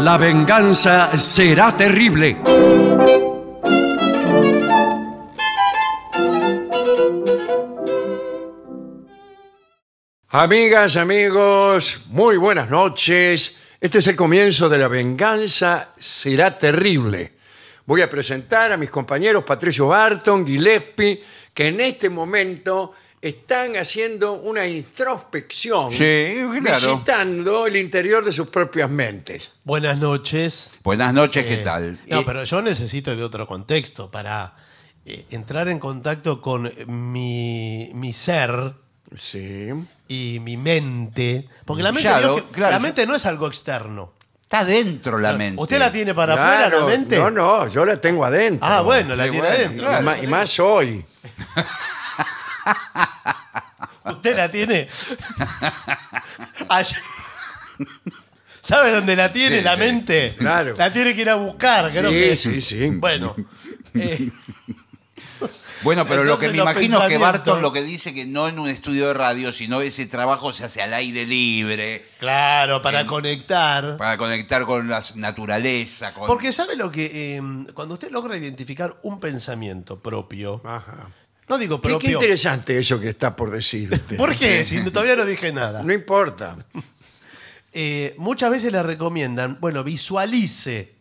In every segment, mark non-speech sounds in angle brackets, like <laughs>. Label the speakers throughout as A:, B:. A: La venganza será terrible. Amigas, amigos, muy buenas noches. Este es el comienzo de La venganza será terrible. Voy a presentar a mis compañeros Patricio Barton, Gillespie, que en este momento están haciendo una introspección,
B: Sí, claro.
A: visitando el interior de sus propias mentes.
C: Buenas noches.
B: Buenas noches, ¿qué
C: Eh,
B: tal?
C: No,
B: Eh,
C: pero yo necesito de otro contexto para eh, entrar en contacto con mi, mi ser
A: Sí.
C: y mi mente. Porque la mente,
B: Claro,
C: vio que-
B: claro,
C: la
B: yo-
C: mente no es algo externo.
B: está dentro la mente.
C: ¿Usted la tiene para
A: Claro,
C: afuera, la mente?
A: No, no, yo la tengo adentro.
C: Ah, bueno, la
B: Sí,
C: tiene
B: bueno,
A: Y,
C: adentro.
B: claro.
A: ma- y más hoy.
C: Usted
B: <laughs>
C: la tiene. Allá- ¿Sabe dónde la tiene
B: Sí,
C: la
B: sí,
C: mente?
A: claro.
C: La tiene que ir a buscar, creo
A: Sí,
C: que.
A: sí, sí.
B: <laughs>
C: Bueno. eh,
B: Bueno, pero lo que
C: Entonces
B: me
C: los
B: imagino es que
C: pensamientos-
B: Barton lo que dice que no en un estudio de radio, sino ese trabajo se hace al aire libre,
C: claro, para conectar.
B: para conectar con la naturaleza. Con...
C: Porque sabe lo que. eh, cuando usted logra identificar un pensamiento propio.
A: Ajá.
C: No digo
A: Qué, qué
C: propio.
A: interesante eso que está por <laughs> decir. usted.
C: ¿Por este. qué? Si no- todavía no dije nada.
A: No importa.
C: Eh, muchas veces le recomiendan, bueno, visualice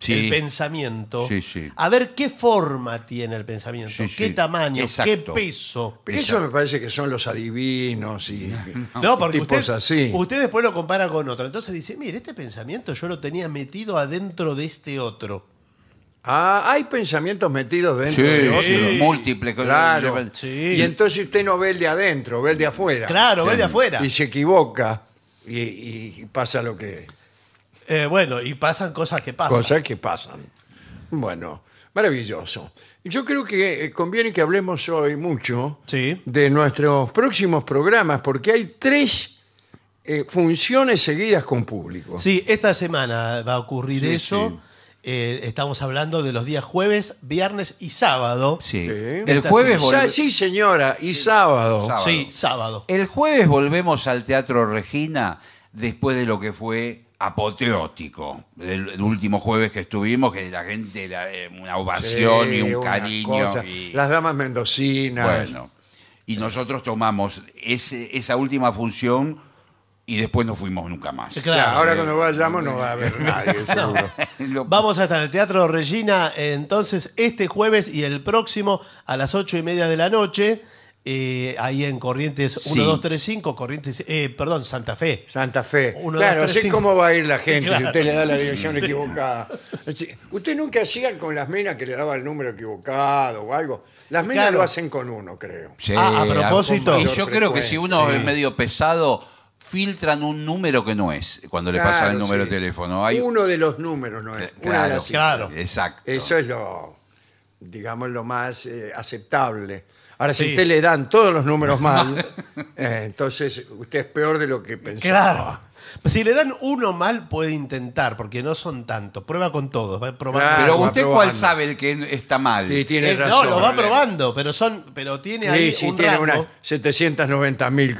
B: Sí.
C: el pensamiento.
B: Sí, sí.
C: A ver qué forma tiene el pensamiento,
B: Sí,
C: qué
B: sí.
C: tamaño,
B: Exacto.
C: qué peso.
A: Pero eso me parece que son los adivinos
B: <laughs>
A: y,
C: No, porque
A: tipos
C: usted,
A: así.
C: usted después lo compara con otro. Entonces dice, mire, este pensamiento yo lo tenía metido adentro de este otro.
A: Ah, hay pensamientos metidos dentro
B: Sí,
A: de otros.
B: sí, múltiples cosas.
A: Claro.
C: Sí.
A: Y entonces usted no ve el de adentro, ve el de afuera.
C: Claro, ve de afuera.
A: Y se equivoca y, y- y pasa lo que...
C: Eh, bueno, y pasan cosas que pasan.
A: Cosas que pasan. Bueno, maravilloso. Yo creo que eh, conviene que hablemos hoy mucho
C: Sí.
A: de nuestros próximos programas, porque hay tres eh, funciones seguidas con público.
C: Sí, esta semana va a ocurrir eso. Eh, estamos hablando de los días jueves, viernes y sábado.
B: Sí.
A: Sí.
B: El jueves
A: O sea,
B: volve-
A: sí, señora, y sábado.
B: Sábado.
C: Sí, sábado.
B: El jueves volvemos al Teatro Regina después de lo que fue apoteótico. El, el último jueves que estuvimos, que la gente, la- eh, una ovación
A: Sí,
B: y un
A: una
B: cariño.
A: cosa.
B: y-
A: Las damas mendocinas.
B: Bueno, y nosotros tomamos ese- esa última función y después no fuimos nunca más.
C: Claro.
A: Claro, ahora cuando vayamos no va a haber nadie, seguro.
B: <laughs> Lo-
C: Vamos hasta el Teatro Regina, eh, entonces, este jueves y el próximo a las ocho y media de la noche, eh, ahí en Corrientes
B: Sí.
C: 1235, Corrientes, eh, perdón, Santa Fe.
A: Santa Fe.
C: Uno, dos,
A: claro,
C: tres,
A: sé
C: cinco.
A: cómo va a ir la gente si
C: Claro.
A: usted le da la dirección
C: <laughs>
A: equivocada. Sí. Usted nunca hacía con las minas que le daba el número equivocado o algo. Las minas
C: Claro.
A: lo hacen con uno, creo.
B: Sí,
C: Ah, a propósito.
B: Y yo creo que si uno
A: Sí.
B: es medio pesado, filtran un número que no es cuando le pasan
A: Claro,
B: el número
A: sí.
B: de teléfono. Hay,
A: Uno de los números, ¿no es? Una de
B: Claro,
A: las cifras.
C: Claro.
B: exacto.
A: Eso es lo, digamos, lo más eh, aceptable. Ahora, si
C: Sí.
A: usted le dan todos los
B: <laughs>
A: números mal, eh, entonces usted es peor de lo que pensaba.
C: Claro. Si le dan uno mal, puede intentar, porque no son tantos. Prueba con todos, va probando.
A: Claro,
B: Pero
A: va
B: usted cuál
A: probando.
B: sabe el que está mal.
A: Sí, tiene
C: Es-
A: razón.
C: no, lo va probando, pero son, pero tiene
A: Sí,
C: ahí
A: sí,
C: un
A: tiene
C: rango.
A: unas 790 mil.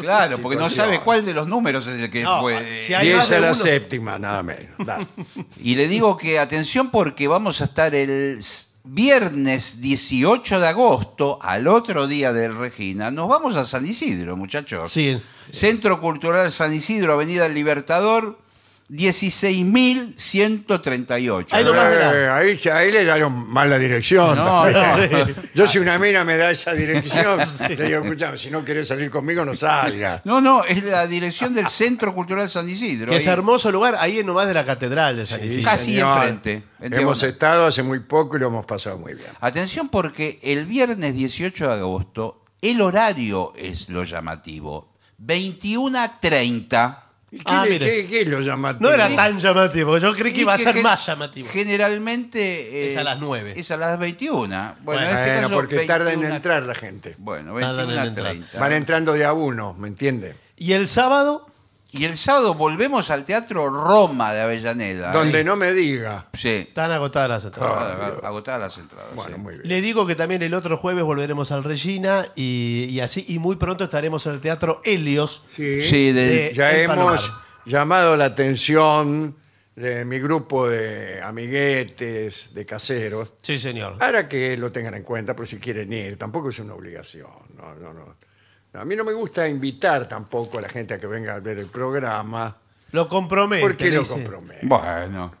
B: Claro, porque no sabe cuál de los números es el que
C: No,
B: fue. eh,
C: si hay-
A: Y
C: más
A: esa
C: de
A: es la
C: uno.
A: séptima, nada menos. Claro.
B: Y le digo que atención porque vamos a estar el s- viernes 18 de agosto, al otro día del Regina, nos vamos a San Isidro, muchachos.
C: Sí.
B: Centro Cultural San Isidro, Avenida El Libertador, 16.138.
C: <laughs> Ahí lo más verá.
A: Eh, ahí, se- ahí le dieron mal la dirección. <laughs>
B: No, no.
A: Yo si una mina me da esa dirección, <laughs> le digo, escuchame, si no querés salir conmigo, no salga.
B: No, no, es la dirección del Centro Cultural San Isidro.
C: Que es
B: ahí.
C: hermoso lugar, ahí en nomás de la Catedral de San Isidro.
B: Casi
A: señor.
B: enfrente, en
A: Hemos
B: diagonal.
A: estado hace muy poco y lo hemos pasado muy bien.
B: Atención porque el viernes 18 de agosto el horario es lo llamativo. 21 a 30.
A: ¿Y qué,
C: Ah,
A: le-
C: mire.
A: qué- qué lo llamaste?
C: No era tan llamativo, yo creí que iba a
B: Y
C: ser
B: gen-
C: más llamativo.
B: Generalmente... eh,
C: Es a las nueve.
B: Es a las 21. Bueno, en
A: Bueno,
B: este caso,
A: porque tarda en
B: 21.
A: entrar la gente.
B: Bueno,
C: Tardan
B: 21
C: en
B: a
C: entrar.
B: 30.
A: Van entrando de a uno, ¿me entiende?
C: Y el sábado,
B: Y el sábado volvemos al Teatro Roma de Avellaneda. ¿eh?
A: Donde no me diga.
B: Sí.
C: están agotadas las entradas.
B: Agotadas agotadas las entradas.
A: Bueno,
B: sí.
A: muy bien.
C: Le digo que también el otro jueves volveremos al Regina y, y así, y muy pronto estaremos en el Teatro Helios.
B: Sí, del-
C: De-
A: ya
C: el
A: hemos
C: Palomar.
A: llamado la atención de mi grupo de amiguetes, de caseros,
C: Sí, señor.
A: para que lo tengan en cuenta por si quieren ir. Tampoco es una obligación. No, no, no. A mí no me gusta invitar tampoco a la gente a que venga a ver el programa,
C: Lo compromete.
A: porque
C: le
A: lo
C: dice.
A: comprometo.
B: Bueno.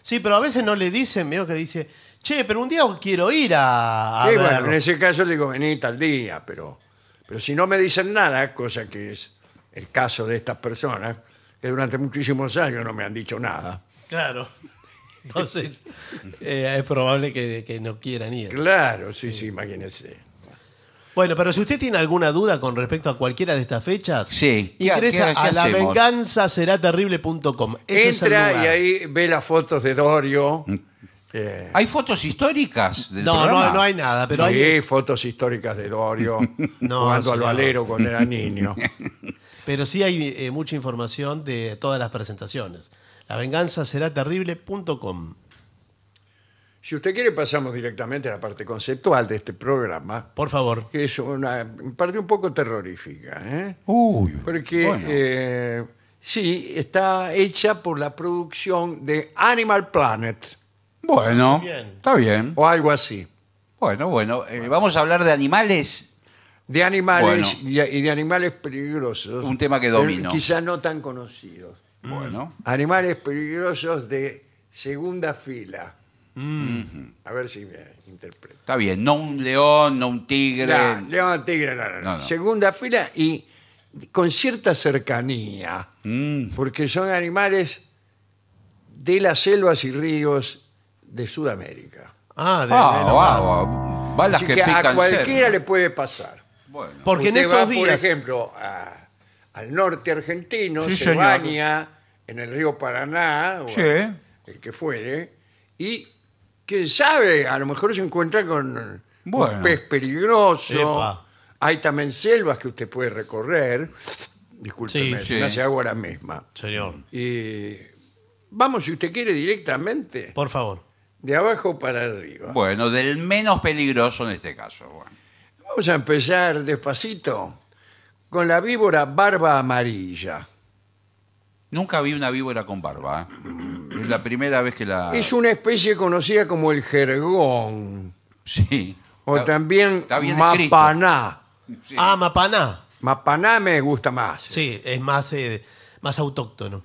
C: Sí, pero a veces no le dicen, veo que dice, che, pero un día quiero ir a, a
A: Y bueno,
C: verlo".
A: en ese caso le digo, vení tal día, pero, pero si no me dicen nada, cosa que es el caso de estas personas, que durante muchísimos años no me han dicho nada.
C: Claro. <laughs> Entonces, eh, es probable que, que no quieran ir.
A: Claro, sí, sí, imagínense.
C: Bueno, pero si usted tiene alguna duda con respecto a cualquiera de estas fechas,
B: Sí. ¿Qué-
C: ingresa
B: qué- qué
C: a
B: hacemos?
C: lavenganzaseraterrible.com. Ese es el
A: Entra
C: lugar.
A: y ahí ve las fotos de Dorio.
B: Mm.
A: eh,
B: ¿Hay fotos históricas del
C: No,
B: programa?
C: no, no hay nada, Ah, pero
A: sí,
C: hay,
A: fotos históricas de
B: <laughs>
A: Dorio
C: No,
A: jugando al
C: señor.
A: valero cuando era niño.
C: pero sí hay eh, mucha información de todas las presentaciones. Lavenganzaseraterrible.com.
A: Si usted quiere, pasamos directamente a la parte conceptual de este programa,
C: Por favor.
A: que es una parte un poco terrorífica. ¿eh?
B: Uy.
A: Porque
B: bueno.
A: eh, sí, está hecha por la producción de Animal Planet
B: Bueno,
C: Bien.
B: está bien.
A: o algo así.
B: Bueno, bueno, eh, vamos a hablar de animales.
A: De animales
B: Bueno.
A: y de- y de animales peligrosos.
B: Un tema que
A: pero
B: domino.
A: Quizá no tan conocidos.
B: Bueno,
A: Animales peligrosos de segunda fila.
B: Mm.
A: A ver si me interpreto.
B: está bien. No un león, no un tigre.
A: No, león, tigre, no, no, no.
B: No, no.
A: Segunda fila y con cierta cercanía,
B: Mm,
A: porque son animales de las selvas y ríos de Sudamérica.
C: Ah, de,
B: ah,
C: de lo
B: ah,
C: más.
B: ah, balas
A: Así
B: que,
A: que, a
B: pican
A: cualquiera
B: cerca.
A: le puede pasar.
B: Bueno.
C: Porque en
A: Usted
C: estos
A: va, por
C: días.
A: ejemplo, a- al norte argentino,
B: Sí,
A: se
B: señor.
A: baña en el río Paraná, o
B: Sí.
A: el eh, que fuere, y quién sabe, a lo mejor se encuentra con un
B: Bueno.
A: pez peligroso.
C: Epa.
A: Hay también selvas que usted puede recorrer. Discúlpeme,
C: Sí,
B: sí.
A: no se hago ahora misma.
C: Señor,
A: Y vamos, si usted quiere, directamente
C: por favor.
A: de abajo para arriba.
B: Bueno, del menos peligroso en este caso. bueno.
A: Vamos a empezar despacito con la víbora barba amarilla.
B: Nunca vi una víbora con barba. ¿eh? Es la primera vez que la.
A: Es una especie conocida como el jergón
B: <laughs> Sí.
A: o
B: Está-
A: también
B: está bien escrito.
A: mapaná.
B: Sí.
C: Ah, Mapaná.
A: Mapaná me gusta más.
C: Sí, es más, eh,
B: <laughs>
C: más autóctono.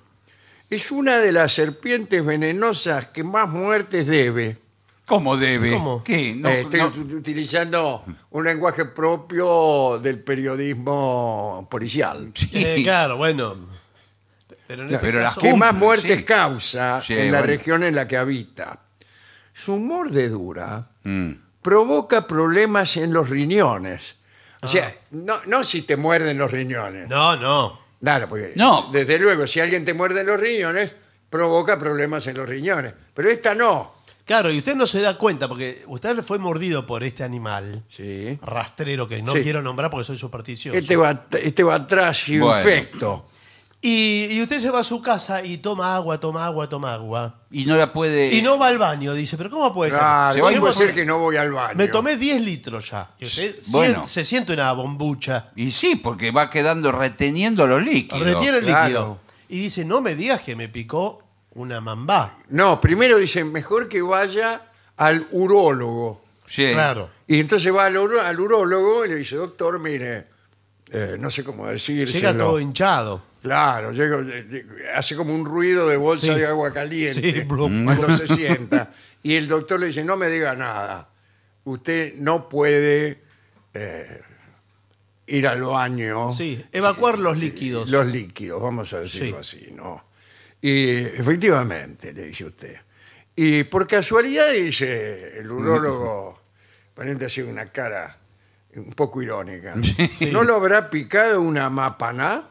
A: Es una de las serpientes venenosas que más muertes debe.
B: ¿Cómo debe?
C: ¿Cómo?
B: ¿Qué? No,
A: Eh, estoy
B: no-
A: ut- utilizando un lenguaje propio del periodismo policial.
B: Sí.
C: Eh, claro, bueno. Pero, en este
B: Pero las
C: caso-
A: que
B: Cumple,
A: más muertes
B: sí.
A: causa
B: Sí,
A: en la
B: bueno.
A: región en la que habita. Su mordedura
B: Mm.
A: provoca problemas en los riñones. O sea,
B: Ah.
A: no, no si te muerden los riñones.
C: No, no.
A: Claro, porque
B: No.
A: desde luego, si alguien te muerde los riñones, provoca problemas en los riñones. Pero esta no.
C: Claro, y usted no se da cuenta porque usted fue mordido por este animal
A: Sí.
C: rastrero que no
A: Sí.
C: quiero nombrar porque soy supersticioso.
A: Este va, este va atrás y
B: Bueno.
A: infecto.
C: Y, y usted se va a su casa y toma agua, toma agua, toma agua.
B: Y no la puede.
C: Y no va al baño, dice, pero ¿cómo puede ser?
A: Claro,
B: Se va
A: ¿cómo
B: a
A: puede
B: imponer-
A: ser que no voy al baño?
C: Me tomé 10 litros ya. Y usted
B: Bueno.
C: sien- se siente una bombucha,
B: Y sí, porque va quedando reteniendo los líquidos.
C: retiene el
A: claro.
C: líquido. Y dice, no me digas que me picó una mambá.
A: No, primero dicen, mejor que vaya al urólogo.
B: Sí.
C: Claro.
A: Y entonces va al, uro- al urólogo y le dice, doctor, mire, eh, no sé cómo decir.
C: Llega todo hinchado.
A: Claro, llego- llego- hace como un ruido de bolsa
C: Sí.
A: de agua caliente
C: Sí, blum.
A: cuando se sienta. Y el doctor le dice, no me diga nada. Usted no puede eh, ir al baño.
C: Sí, evacuar los líquidos.
A: Los líquidos, vamos a decirlo así, ¿no? Y efectivamente, le dice usted. Y por casualidad, dice el
C: <laughs>
A: urólogo, poniendo así una cara un poco
C: <laughs>
A: irónica, ¿no lo habrá picado una mapaná?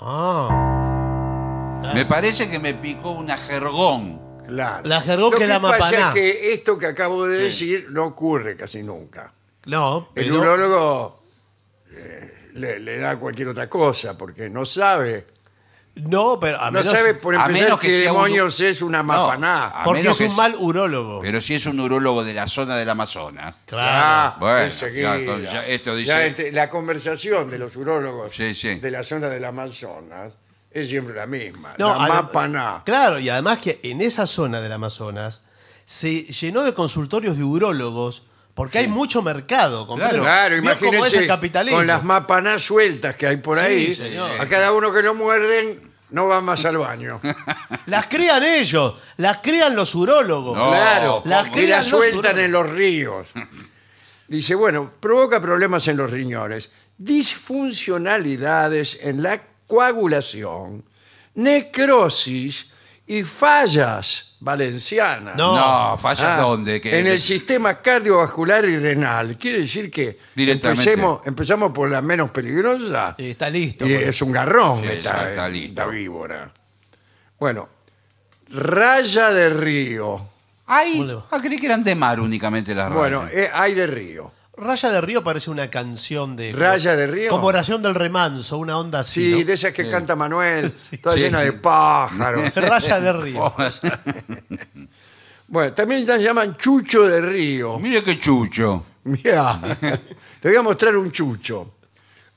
C: Ah,
B: Me parece que me picó una jergón.
A: Claro.
C: La jergón
A: Lo
C: que la
A: pasa
C: mapaná.
A: es que esto que acabo de decir no ocurre casi nunca.
C: no,
A: El
C: pero...
A: urólogo eh, le, le da cualquier otra cosa porque no sabe.
C: No, pero a
A: No
C: menos-
A: sabe por
B: a
A: empezar
B: menos que
A: qué
B: sea un-
A: demonios es una mapaná.
B: a
C: Porque
B: menos
C: es
B: que
C: un
B: es-
C: mal urólogo.
B: Pero si es un urólogo de la zona del Amazonas.
A: Ah,
C: Claro.
B: Bueno,
A: enseguida.
B: ya, con- ya esto
A: Ya este,
B: dice-
A: entre- la conversación de los urólogos
B: Sí, sí.
A: de la zona del Amazonas es siempre la misma.
C: No,
A: la
C: adem-
A: mapaná.
C: Claro, y además que en esa zona del Amazonas se llenó de consultorios de urólogos porque hay mucho mercado.
A: Claro,
C: comprendo. Vio cómo es el
A: imagínense
C: capitalismo.
A: con las mapanás sueltas que hay por
C: Sí,
A: ahí.
C: señor.
A: A cada uno que lo muerden, no va más al
B: <laughs>
A: baño.
C: Las crían ellos, las crían los urólogos.
B: No.
A: claro,
C: Las
A: y
C: crían
A: las
C: los
A: sueltan
C: hurones.
A: en los ríos. <laughs> Dice, bueno, provoca problemas en los riñones, disfuncionalidades en la coagulación, necrosis y fallas valencianas.
C: No.
B: No, falla
A: Ah,
B: dónde. que-
A: en el sistema cardiovascular y renal. Quiere decir que
B: Directamente.
A: empecemos, empezamos por la menos peligrosa.
C: Sí, está listo. pues.
A: Y eh, es un garrón
B: Sí,
A: esta,
B: ya está listo.
A: esta víbora. Bueno, raya de río.
B: Ay,
C: ¿Cómo le va?
B: ah, creí que eran de mar únicamente las rayas.
A: Bueno, eh, hay de río.
C: Raya de Río parece una canción de.
A: Raya de Río.
C: Como oración del remanso, una onda así.
A: Sí,
C: ¿no? <laughs>
A: de esas que canta Manuel, toda
B: <laughs> Sí.
A: llena de
B: <laughs>
A: pájaros.
C: Raya de
A: <laughs>
C: Río.
A: Oh. bueno, también las llaman chucho de río.
B: Mire qué chucho.
A: Mirá, <laughs> te voy a mostrar un chucho.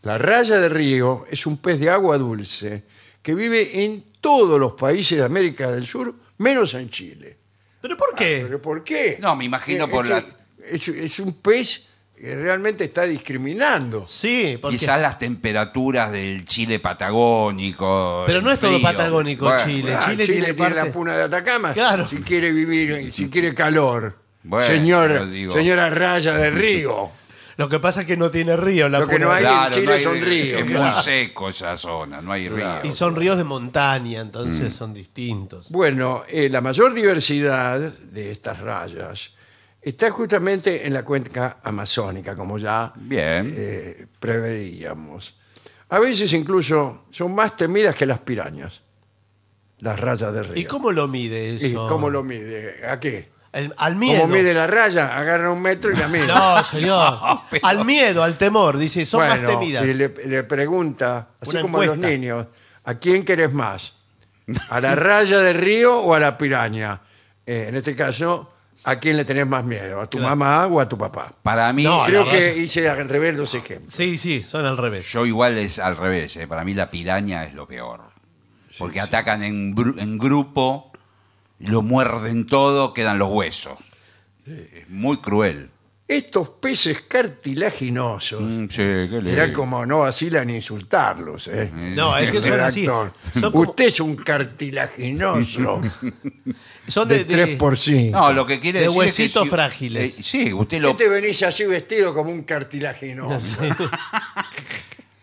A: La raya de río es un pez de agua dulce que vive en todos los países de América del Sur, menos en Chile.
C: ¿Pero por qué?
A: Ah, ¿Pero por qué?
B: No, me imagino
A: Eh,
B: por
A: es
B: la-
A: que Es, es un pez que realmente está discriminando.
C: Sí, porque.
B: Quizás las temperaturas del Chile patagónico.
C: Pero
B: el
C: no es todo
B: frío.
C: patagónico
B: Bueno,
C: Chile.
A: Ah,
C: Chile, tiene parte.
A: la puna de Atacama.
C: Claro.
A: Si quiere vivir, si quiere calor.
B: Bueno,
A: Señor,
B: pero digo-
A: señora Raya de Río.
C: Lo que pasa es que no tiene río la
A: Lo que
C: puna
A: no hay-
C: de-
A: en Chile son
B: es-
A: ríos,
B: Es
A: claro.
B: muy seco esa zona, no hay río.
C: Y son ríos de montaña, entonces son distintos.
A: Bueno, eh, la mayor diversidad de estas rayas está justamente en la cuenca amazónica, como ya
B: Bien.
A: eh, preveíamos. A veces incluso son más temidas que las pirañas, las rayas de río.
C: ¿Y cómo lo mide eso?
A: ¿Y cómo lo mide? ¿A qué?
C: El- al miedo.
A: ¿Cómo mide la raya? Agarra un metro y la mide. <laughs>
C: No, señor. Al miedo, al temor. Dice, son
A: bueno,
C: más temidas.
A: Y le, le pregunta, así
C: Una
A: como a los
C: encuesta.
A: niños, ¿a quién querés más? ¿A la raya del río o a la piraña? Eh, en este caso, ¿a quién le tenés más miedo? ¿A tu
C: Claro.
A: mamá o a tu papá?
B: Para mí,
C: No,
A: Creo
C: la
A: que
C: raya.
A: hice al revés los ejemplos.
C: Sí, sí, son al revés.
B: yo igual es al revés. eh, Para mí la piraña es lo peor. Porque atacan en, bru- en grupo, lo muerden todo, quedan los huesos. Es muy cruel.
A: Estos peces cartilaginosos,
B: Mm, sí, qué
A: mirá
B: lindo.
A: como no vacilan en insultarlos, ¿eh?
C: No, es que son así.
A: Redactor.
C: Son, como-
A: Usted es un cartilaginoso
C: son <laughs> de,
A: de 3
C: de-
A: por 5.
B: No, lo que quiere
C: De
B: decir. es que
C: huesitos
B: si-
C: frágiles. Este-
B: eh, sí, usted lo,
A: Te venís así vestido como un cartilaginoso.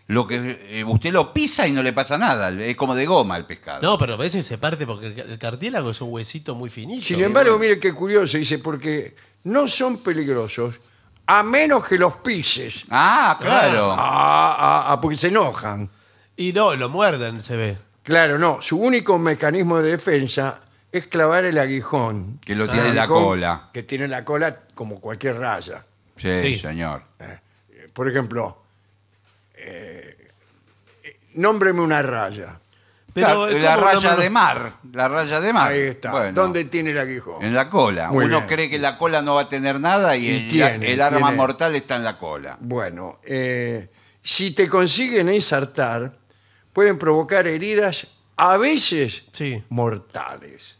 B: lo que eh, usted lo pisa y no le pasa nada. Es como de goma el pescado.
C: No, pero a veces se parte porque el- el cartílago es un huesito muy finito.
A: Sin embargo, mire qué curioso, dice, porque no son peligrosos a menos que los pises.
B: Ah, claro.
A: Ah, ah, ah, porque se enojan.
C: Y no, lo muerden, se ve.
A: Claro, no. Su único mecanismo de defensa es clavar el aguijón.
B: Que lo tiene
C: Ah,
B: en la
A: Aguijón
B: cola.
A: Que tiene la cola como cualquier raya.
B: Sí,
C: Sí.
B: señor.
A: Eh, Por ejemplo, eh, eh, nómbreme una raya.
C: Pero
B: Claro,
C: es
B: la
C: como
B: raya
C: una-
B: de mar. La raya de mar.
A: Ahí está.
B: Ah, Bueno,
A: ¿Dónde tiene el aguijón?
B: En la cola.
A: Muy
B: Uno
A: bien.
B: cree que la cola no va a tener nada y,
A: Y
B: el,
A: tiene,
B: el arma
A: tiene.
B: mortal está en la cola.
A: Bueno, eh, si te consiguen ensartar, pueden provocar heridas a veces
C: Sí.
A: mortales.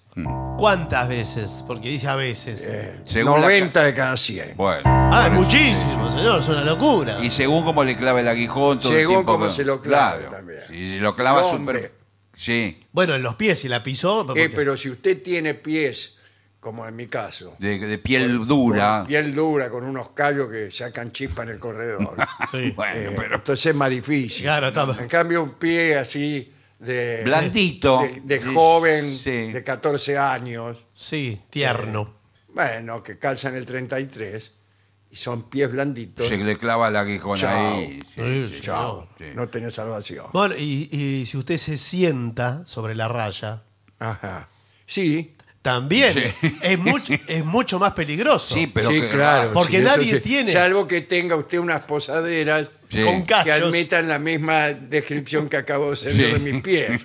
C: ¿Cuántas veces? Porque dice a veces.
A: Eh.
B: Según la
A: 90 de cada Eh, 100.
B: Bueno.
C: ah,
B: por eso.
C: muchísimo, señor, es una locura.
B: Y según cómo le clava el aguijón, todo el
A: Según
B: tiempo
A: cómo
B: que-
A: se lo clave también.
B: Si se lo clava
A: ¿Dónde?
B: súper. Sí,
C: Bueno, en los pies, si la pisó.
A: Eh,
C: porque-
A: pero si usted tiene pies, como en mi caso,
B: de, de piel dura.
A: piel dura con unos callos que sacan chispa en el corredor,
C: Sí.
B: <laughs> Bueno,
A: eh,
B: pero.
A: entonces es más difícil.
C: Claro, está-
A: En cambio, un pie así de...
B: Blandito.
A: De, de
B: Sí,
A: joven,
B: sí.
A: de 14 años,
C: Sí, tierno.
A: bueno, que calzan el 33 y son pies blanditos.
B: Se le clava el aguijón
A: Chao.
B: ahí.
C: Sí,
B: sí,
A: Eh, Chao.
B: sí.
A: No tenés salvación.
C: Bueno, y, y si usted se sienta sobre la raya,
A: Ajá. Sí,
C: también
B: Sí.
C: es, mucho, es mucho más peligroso.
B: Sí, pero
A: sí,
B: que-
A: claro.
C: Porque
A: sí,
C: nadie
A: eso sí.
C: tiene-
A: Salvo que tenga usted unas posaderas
B: Sí.
C: Con
A: que
C: cachos.
A: admitan la misma descripción que acabo de hacer
B: Sí.
A: de mis pies.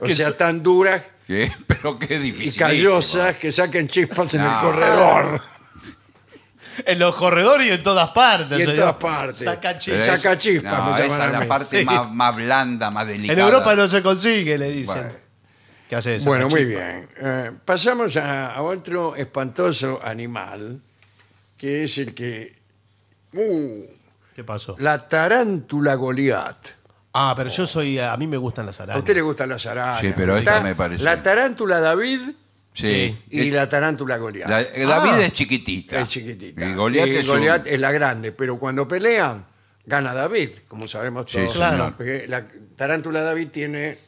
A: O
C: Que
A: sea,
C: so-
A: tan duras
B: Sí, <laughs> pero qué
A: y
B: difícil.
A: callosas que saquen chispas en
B: No.
A: el corredor.
C: en los corredores y en todas partes.
A: Y en
C: señor.
A: todas partes.
C: Saca
B: Pero
C: chistes.
B: es-
A: Sacachispas,
B: no,
A: me llaman
B: esa
A: a
B: es la
A: mí.
B: parte
C: Sí.
B: más, más blanda, más delicada.
C: En Europa no se consigue, le dicen.
B: Bueno.
C: ¿Qué hace esa
A: Bueno, muy
C: chispa?
A: bien. Eh, pasamos a, a otro espantoso animal, que es el que... Uh,
C: ¿Qué pasó?
A: la tarántula Goliat.
C: Ah, pero yo soy. A mí me gustan las
A: A
C: arañas.
A: usted le gustan las arañas.
B: Sí, pero esta
A: Está
B: me parece- Eh,
A: La tarántula David
B: Sí.
A: y la tarántula Goliat.
B: Da- David
C: Ah.
B: es chiquitita.
A: Es chiquitita.
B: Y Goliat
A: Y
B: es un-
A: Goliat es la grande, pero cuando pelean, gana David, como sabemos
B: Sí,
A: todos.
B: Claro. señor.
A: Porque la tarántula David tiene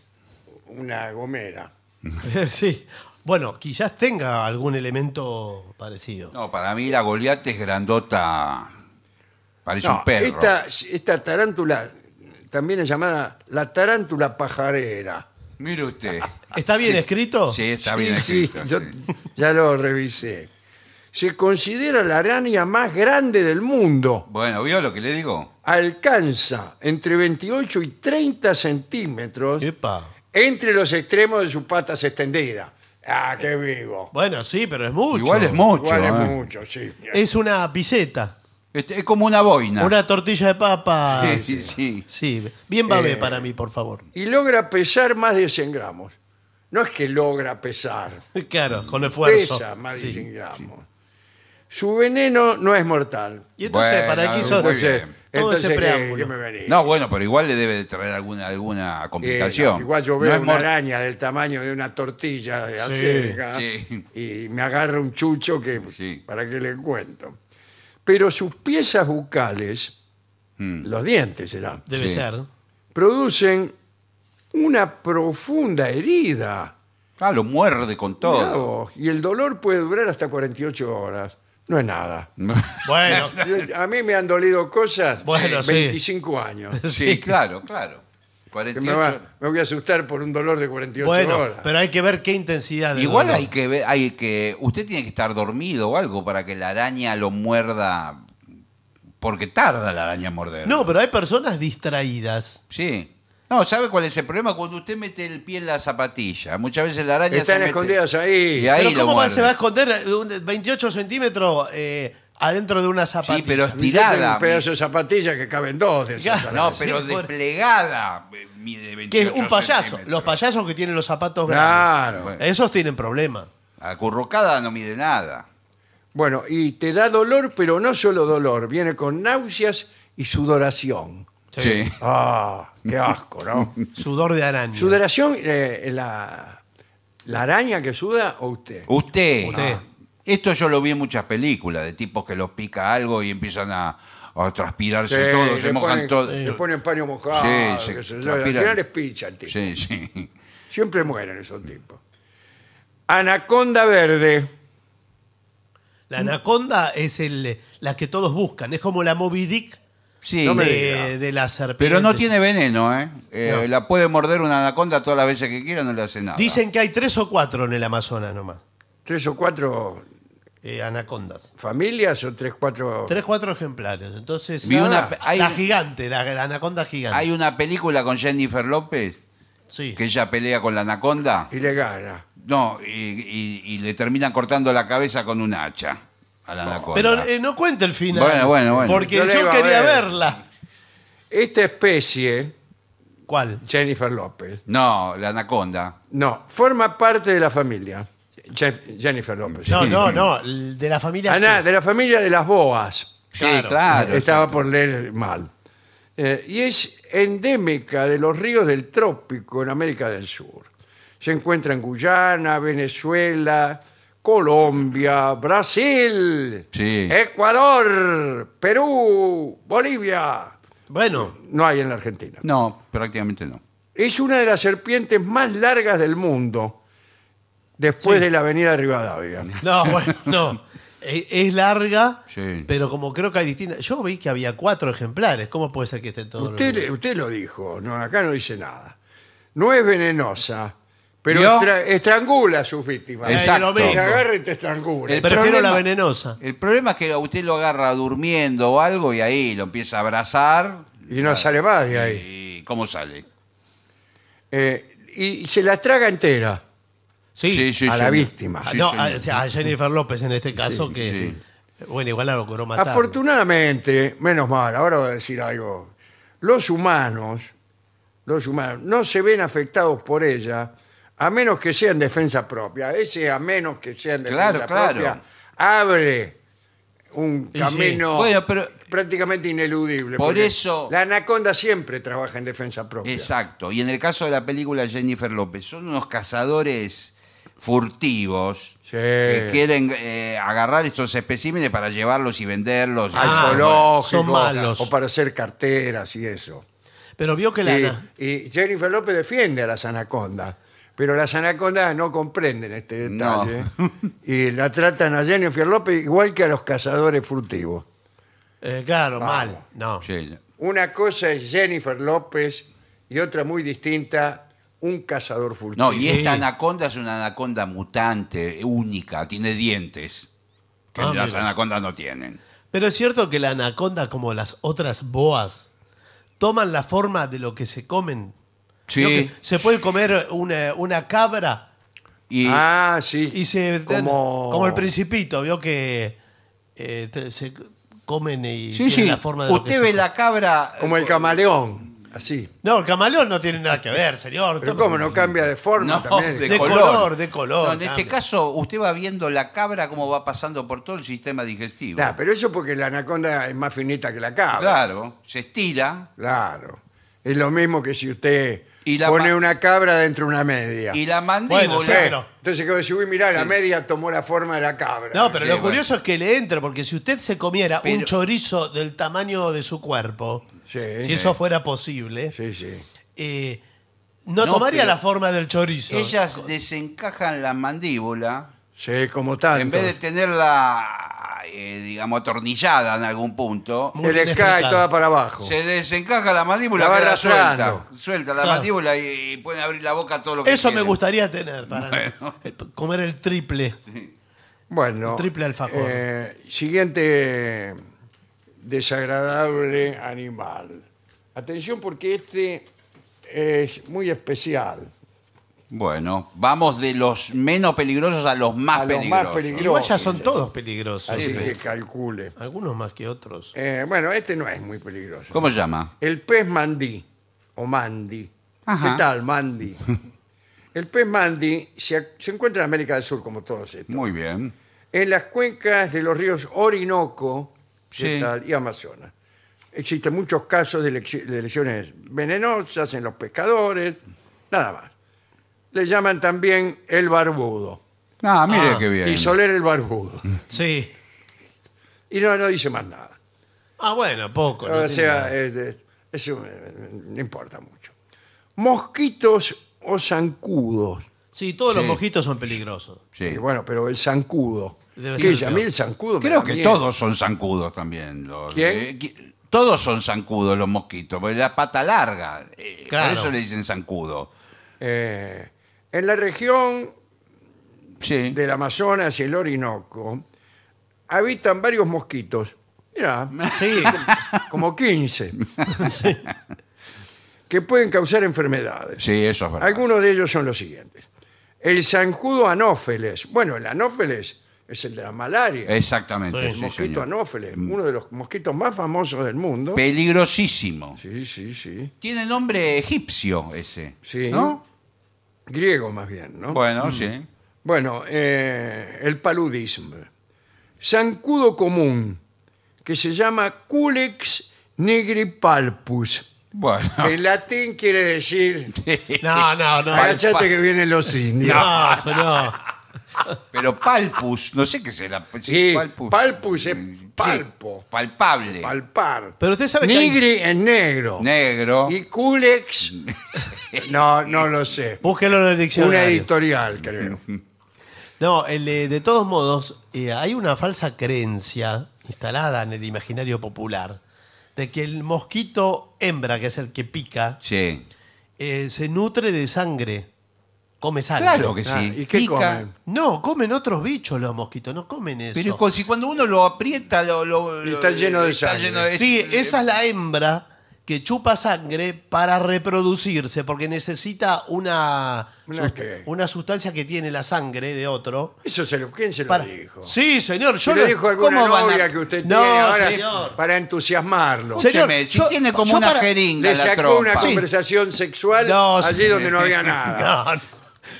A: una gomera.
C: <laughs> sí. Bueno, quizás tenga algún elemento parecido.
B: No, para mí la Goliat es grandota. Parece
A: No,
B: un perro.
A: Esta, esta tarántula también es llamada la tarántula pajarera.
B: Mire usted.
C: ¿Está bien escrito?
B: Sí, está
A: Oh, Sí,
B: bien
A: sí,
B: escrito.
A: yo
B: sí.
A: ya lo revisé. Se considera la araña más grande del mundo.
B: Bueno, ¿vio lo que le digo?
A: Alcanza entre 28 y 30 centímetros
C: Epa.
A: entre los extremos de sus patas extendidas. Ah, qué vivo.
C: Bueno, sí, pero es mucho.
B: Igual es mucho.
A: Igual es
B: ¿eh?
A: mucho, sí.
C: Es una piseta.
B: Este, es como una boina.
C: Una tortilla de papa.
B: <laughs> Sí, sí, sí.
C: Sí, bien babé
A: Eh.
C: para mí, por favor.
A: Y logra pesar más de 100 gramos. No es que logra pesar,
C: Claro, con esfuerzo.
A: pesa más de
C: Sí.
A: 100 gramos. Su veneno no es mortal.
C: Y entonces,
B: Bueno,
C: ¿para qué hizo
B: muy
C: entonces,
B: bien.
C: todo ese
A: ¿qué-
C: preámbulo?
A: qué eh, me venís?
B: No, bueno, pero igual le debe de traer alguna, alguna
A: Eh,
B: complicación.
A: igual yo
B: No
A: veo
B: es
A: una
B: mor-
A: araña del tamaño de una tortilla de acelga
B: sí. <laughs>
A: y me agarra un chucho que
B: Sí.
A: para que le cuento. Pero sus piezas bucales,
B: Mm.
A: los dientes serán,
C: Debe
B: Sí.
C: ser.
A: producen una profunda herida.
B: Ah, lo muerde con
A: Mirá
B: todo.
A: vos, Y el dolor puede durar hasta 48 horas. No es nada.
B: <laughs>
C: Bueno,
A: Yo- A mí me han dolido cosas
C: <laughs> Bueno, sí.
A: 25 años.
B: sí, claro, claro.
A: Que
B: 48.
A: me,
B: <laughs>
A: va- me voy a asustar por un dolor de 48
C: bueno,
A: horas.
C: pero hay que ver qué intensidad. de
B: Igual
C: dolor.
B: hay que ver, hay que. Usted tiene que estar dormido o algo para que la araña lo muerda. Porque tarda la araña en morder.
C: No, pero hay personas distraídas.
B: Sí. No, ¿sabe cuál es el problema? Cuando usted mete el pie en la zapatilla. Muchas veces la araña se
A: Están
B: mete-
A: escondidas ahí.
B: Y ahí
C: pero
B: lo
C: ¿cómo va-
B: muerde.
C: se va a esconder de un- 28 centímetros eh, adentro de una zapatilla?
B: Sí, pero
A: Yo tengo
B: estirada.
A: Un pedazo de zapatilla que caben dos de esas
C: Ya,
A: arañas.
B: No,
C: <laughs> Sí,
B: pero
C: por-
B: desplegada. eh, Mide 28
C: Que es un payaso.
B: centímetros.
C: Los payasos que tienen los zapatos grandes.
A: Claro.
B: Bueno.
C: Esos tienen problema.
B: Acurrucada no mide nada.
A: Bueno, y te da dolor, pero no solo dolor. Viene con náuseas y sudoración.
C: Sí.
A: Ah, qué asco,
B: <laughs>
A: ¿no?
C: Sudor de araña.
A: ¿Sudoración, eh, la, la araña que suda o usted?
B: Usted.
C: Usted.
B: Esto yo lo vi en muchas películas, de tipos que los pica algo y empiezan a, a
A: Sí,
B: transpirarse todo, se
A: le
B: mojan
A: ponen-
B: todo.
A: Le ponen paño mojado.
B: Sí, sí,
A: qué sé yo, Al
B: transpiran.
A: final es picha el tipo.
B: Sí, sí.
A: Siempre mueren esos tipos. Anaconda verde.
C: La anaconda es el, la que todos buscan. Es como la Moby Dick
B: Sí.
A: No me diga.
C: de, de la serpiente.
B: Pero no tiene veneno, ¿eh? Eh, La puede morder una anaconda todas las veces que quiera, no le hace nada.
C: Dicen que hay tres o cuatro en el Amazonas nomás.
A: Tres o cuatro
C: eh, anacondas.
A: familias o tres, cuatro...
C: Tres, cuatro ejemplares. Entonces, ah,
B: Vi una-
C: la
B: hay-
C: gigante, la, la anaconda gigante.
B: Hay una película con Jennifer López
C: sí.
B: que ella pelea con la anaconda.
A: Y le gana.
B: No, y, y- y le terminan cortando la cabeza con un hacha a la anaconda.
C: Pero eh, no cuente el final.
B: Bueno, bueno, bueno.
C: Porque
A: Yo
C: yo,
A: la iba a
C: quería
A: ver.
C: verla.
A: Esta especie,
C: ¿Cuál?
A: Jennifer López,
B: No, la anaconda.
A: no, forma parte de la familia. Je- Jennifer López.
C: No, no, no. el De la familia.
A: Ana, de la familia de las boas.
B: Sí,
C: Claro.
B: claro.
A: Estaba por leer mal. Eh, y es endémica de los ríos del trópico en América del Sur. Se encuentra en Guyana, Venezuela, Colombia, Brasil,
B: Sí.
A: Ecuador, Perú, Bolivia.
C: Bueno,
A: No hay en la Argentina.
B: No, prácticamente no.
A: Es una de las serpientes más largas del mundo, después
C: Sí.
A: de la avenida Rivadavia.
C: no, bueno, no. Eh, Es larga,
B: Sí.
C: pero como creo que hay distintas. Yo vi que había cuatro ejemplares. ¿Cómo puede ser que estén todos?
A: Usted,
C: reunidos?
A: usted lo dijo, no, acá no dice nada. No es venenosa, pero
B: ¿Vio?
A: estra- estrangula a sus víctimas.
C: Eh,
B: Exacto.
C: lo mismo.
A: Te agarra y te estrangula.
B: El-
C: Prefiero
B: problema-
C: la venenosa.
B: El problema es que a usted lo agarra durmiendo o algo y ahí lo empieza a abrazar.
A: Y no sale más de ahí.
B: ¿Y cómo sale?
A: Eh, y se la traga entera.
C: Sí.
A: a la
B: señor.
A: víctima.
C: Ah,
B: Sí,
C: no,
B: señor.
C: a, o sea, a Jennifer López en este caso, que
B: sí.
C: Bueno, igual la logró matar.
A: Afortunadamente, menos mal, ahora voy a decir algo. Los humanos, los humanos, no se ven afectados por ella a menos que sea en defensa propia. Ese a menos que sea en defensa
B: Claro, claro.
A: propia abre un
C: Y sí.
A: camino
B: Bueno, pero-
A: prácticamente ineludible.
B: Por
A: porque
B: eso-
A: La anaconda siempre trabaja en defensa propia.
B: Exacto. Y en el caso de la película Jennifer López, son unos cazadores furtivos
A: Sí.
B: que quieren eh, agarrar estos especímenes para llevarlos y venderlos.
A: Al
C: Ah,
A: zoológico,
C: son malos.
A: O para hacer carteras y eso.
C: Pero vio que la...
A: Y, y Jennifer López defiende a las anacondas, pero las anacondas no comprenden este
B: No.
A: detalle <laughs> y la tratan a Jennifer López igual que a los cazadores furtivos.
C: eh, claro,
A: Vamos.
C: mal. No.
B: Sí.
A: Una cosa es Jennifer López y otra muy distinta, un cazador furtivo.
B: No, y esta anaconda es una anaconda mutante, única, tiene dientes. Que
C: Ah,
B: las
C: mira.
B: anacondas no tienen.
C: Pero es cierto que la anaconda, como las otras boas, toman la forma de lo que se comen.
B: Sí.
C: Vio que Se puede comer una, una cabra
B: Y
A: ah, sí.
C: y se...
A: como,
C: como el principito, vio que eh, te- se comen y
B: sí,
C: tienen
B: sí.
C: la forma de lo que
B: Usted
C: se
B: ve
C: comen.
B: la cabra.
A: como el camaleón, así.
C: No, el camaleón no tiene nada que ver, señor.
A: Pero cómo no cambia de forma
B: No,
A: también.
C: De color, de color,
B: No, en este
C: cambia.
B: caso, usted va viendo la cabra cómo va pasando por todo el sistema digestivo.
A: Nah, pero eso porque la anaconda es más finita que la cabra.
B: Claro, se estira
A: Claro. Es lo mismo que si usted
B: Y la
A: pone
B: ma-
A: una cabra dentro de una media.
B: y la mandíbula.
A: Sí.
C: Bueno, claro.
A: Entonces, como decir, uy, mirá, la media tomó la forma de la cabra.
C: No, pero
B: Sí,
C: lo
B: bueno.
C: curioso es que le entra, porque si usted se comiera un
B: Pero-
C: chorizo del tamaño de su cuerpo,
A: Sí.
C: si
A: Sí.
C: eso fuera posible,
A: Sí, sí.
C: eh, no,
B: No,
C: tomaría
B: pero
C: la forma del chorizo.
B: Ellas desencajan la mandíbula.
A: Sí, como tanto.
B: En vez de tenerla, eh, digamos, atornillada en algún punto,
C: Muy
A: Se les
C: inexplicable.
A: cae toda para abajo.
B: se desencaja la mandíbula,
A: La va
B: queda suelta.
A: lastrando.
B: Suelta la
C: Claro.
B: mandíbula y, y pueden abrir la boca todo lo que
C: Eso me
B: quieran.
C: gustaría tener para el- comer el triple.
A: Bueno.
C: Triple alfajor.
A: eh, siguiente desagradable animal. Atención porque este es muy especial.
B: Bueno, vamos de los menos peligrosos a los más
A: A los más
B: peligrosos.
A: peligrosos.
C: Igual ya
A: sí.
C: son todos peligrosos.
A: Así
B: Sí,
A: que
B: pero-
A: calcule.
C: Algunos más que
B: <laughs>
C: otros.
A: Eh, bueno, este no es muy peligroso.
B: ¿Cómo se llama?
A: El pez mandí, o mandi.
B: Ajá.
A: ¿Qué tal,
B: <laughs>
A: mandi? El pez mandi se, se encuentra en América del Sur, como todos estos.
B: Muy bien.
A: En las cuencas de los ríos Orinoco ¿qué
B: Sí.
A: tal? y Amazonas. Existen muchos casos de, lec- de lesiones venenosas en los pescadores, nada más. Le llaman también el barbudo.
B: Ah, mire
C: Ah,
B: qué bien. Mm.
A: Tisoler el barbudo.
C: Sí.
A: Y no, no dice más nada.
C: Ah, bueno, poco. no
A: o
C: tiene
A: sea,
C: nada.
A: es- es- eso, eh, no importa mucho. Mosquitos o zancudos.
C: sí, todos los
B: sí.
C: mojitos son peligrosos.
B: Sí.
A: Y bueno, pero el zancudo.
C: Debe
A: ¿Qué
C: ser
A: es?
C: feo.
A: a mí el zancudo me
B: Creo
A: da
B: que
A: miedo.
B: todos son zancudos también. los-
A: ¿Quién?
B: eh, qui- todos son zancudos los mosquitos, porque la pata larga. eh,
C: Claro.
B: Por eso le dicen zancudo.
A: Eh, en la región
B: Sí.
A: del Amazonas y el Orinoco habitan varios mosquitos. Mirá,
C: Sí,
A: <laughs> como 15. Que pueden causar enfermedades.
B: Sí, eso es verdad.
A: Algunos de ellos son los siguientes. El zancudo anófeles. Bueno, el anófeles es el de la malaria.
C: Eh,
B: Exactamente.
C: Sí,
B: sí,
A: El mosquito
B: señor.
A: anófeles,
C: Mm.
A: uno de los mosquitos más famosos del mundo.
B: Peligrosísimo.
A: Sí, sí, sí.
B: Tiene nombre egipcio ese.
A: Sí.
B: ¿No?
A: Griego más bien, ¿no? Mm.
B: Bueno, sí.
A: Bueno, eh, el paludismo. Zancudo común, que se llama Culex nigripalpus.
B: Bueno.
C: Ah.
A: En latín quiere
C: <laughs>
A: decir,
C: no, no, no.
A: agachate que vienen los indios.
C: No, eso no.
B: Pero palpus, no sé qué será. Sí,
A: Sí, palpus es
B: Sí,
A: palpo.
B: palpable.
A: Palpar.
C: Pero usted sabe que hay-
A: Nigri es negro.
B: Negro.
A: Y Culex, <laughs> no, no lo sé.
C: Búsquelo en el
A: Una
C: diccionario.
A: editorial, creo.
C: No, el, eh, de todos modos, eh, hay una falsa creencia instalada en el imaginario popular de que el mosquito hembra, que es el que pica,
B: Sí.
C: eh, se nutre de sangre. Come sangre.
B: Claro que sí.
A: Ah, ¿y qué
B: Pica.
A: comen?
C: No, comen otros bichos los mosquitos, no comen eso.
B: Pero con- si cuando uno lo aprieta, lo, lo-
A: Y está lleno de
B: está
A: sangre.
B: lleno de-
C: Sí, esa es la hembra que chupa sangre para reproducirse, porque necesita una,
A: ¿Una
C: sust-
A: qué?
C: una sustancia que tiene la sangre de otro.
A: Eso se lo, ¿quién se lo
C: para-
A: dijo?
C: Sí, señor, yo
A: Se lo dijo alguna
B: ¿Cómo van a-
A: novia que usted
C: No,
A: tiene ahora
C: señor.
A: para entusiasmarlo.
C: Se- Señor,
B: Escúcheme, si
C: yo-
B: tiene como
C: yo
B: una
C: para-
B: jeringa
A: Le
B: la
A: sacó una
B: trompa.
C: Sí.
A: conversación sexual
C: No,
A: allí
C: sí.
A: donde no había nada.
C: No, no.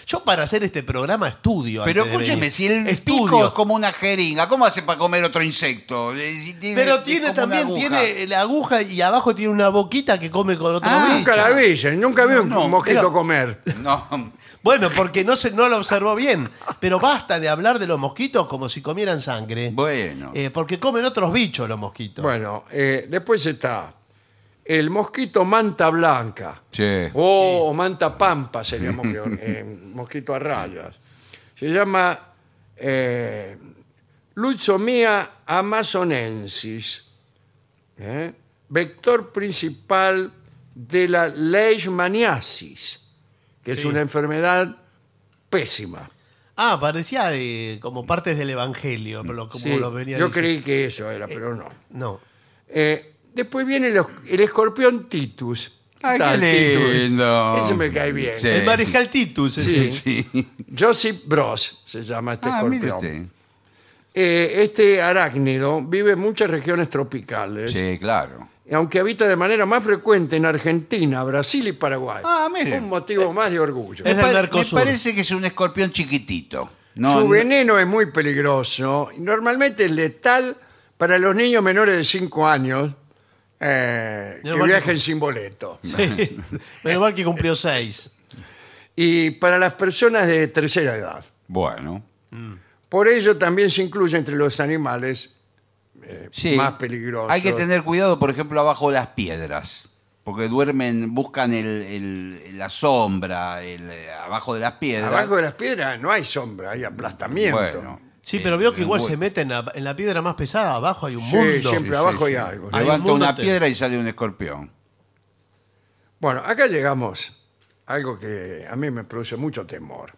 C: Yo para hacer este programa estudio.
B: Pero
C: antes de
B: escúcheme,
C: venir.
B: si el
C: Estudio.
B: pico es como una jeringa, ¿cómo hace para comer otro insecto? Eh, si tiene-
C: Pero
B: es
C: tiene
B: como una
C: también
B: aguja.
C: tiene la aguja y abajo tiene una boquita que come con otro
B: Ah.
C: bicho.
A: Nunca la vi, yo nunca vi un
B: No,
A: mosquito
C: pero-
A: comer.
B: <laughs> No,
C: Bueno, porque no se no lo observó bien. Pero basta de hablar de los mosquitos como si comieran sangre.
B: bueno.
C: Eh, porque comen otros bichos los mosquitos.
A: Bueno, eh, después está el mosquito manta blanca.
B: <laughs> Sí.
A: Oh, O, o manta pampa sería mo- eh, mosquito a rayas. Se llama eh, Luchomia amazonensis. ¿eh? Vector principal de la leishmaniasis, que es
C: Sí.
A: una enfermedad pésima.
C: Ah, parecía eh, como partes del Evangelio, pero como
A: Sí,
C: lo venía
A: yo
C: diciendo.
A: creí que eso era, pero no.
C: No.
A: Eh, después viene el, el escorpión Titus. ¿Qué
B: Ay,
A: tal,
B: qué
A: Titus?
B: lindo.
A: Ese me cae bien.
B: Sí.
C: El mariscal Titus.
A: Sí.
B: <laughs>
C: ese.
B: Sí.
A: Joseph Bros se llama este
B: Ah, mire
A: escorpión.
B: usted.
A: Eh, este arácnido vive en muchas regiones tropicales,
B: Sí, claro.
A: y aunque habita de manera más frecuente en Argentina, Brasil y Paraguay.
B: Ah, mire.
A: Un motivo más de orgullo.
C: Es
B: Me
C: del
B: pare-
C: Mercosur.
B: Me parece que es un escorpión chiquitito. No,
A: Su
B: no-
A: veneno es muy peligroso. y Normalmente es letal para los niños menores de 5 años eh,
C: No,
A: que
C: bueno.
A: viajen sin boleto.
C: <laughs> Sí. Menos mal que cumplió seis.
A: Y para las personas de tercera edad.
B: Bueno.
A: Por ello también se incluye entre los animales
B: Sí.
A: más peligrosos.
B: Hay que tener cuidado, por ejemplo, abajo de las piedras. Porque duermen, buscan el- el- la sombra el, eh, abajo de las piedras.
A: Abajo de las piedras no hay sombra, hay aplastamiento.
B: Bueno.
C: Sí,
B: Eh,
C: pero veo que igual
B: bueno.
C: se meten en la, en la piedra más pesada. Abajo hay un
A: Sí,
C: mundo.
A: siempre. Pero abajo hay algo.
C: Hay un
B: Levanta
C: mundo
B: una
C: entero.
B: piedra y sale un escorpión.
A: Bueno, acá llegamos a algo que a mí me produce mucho temor,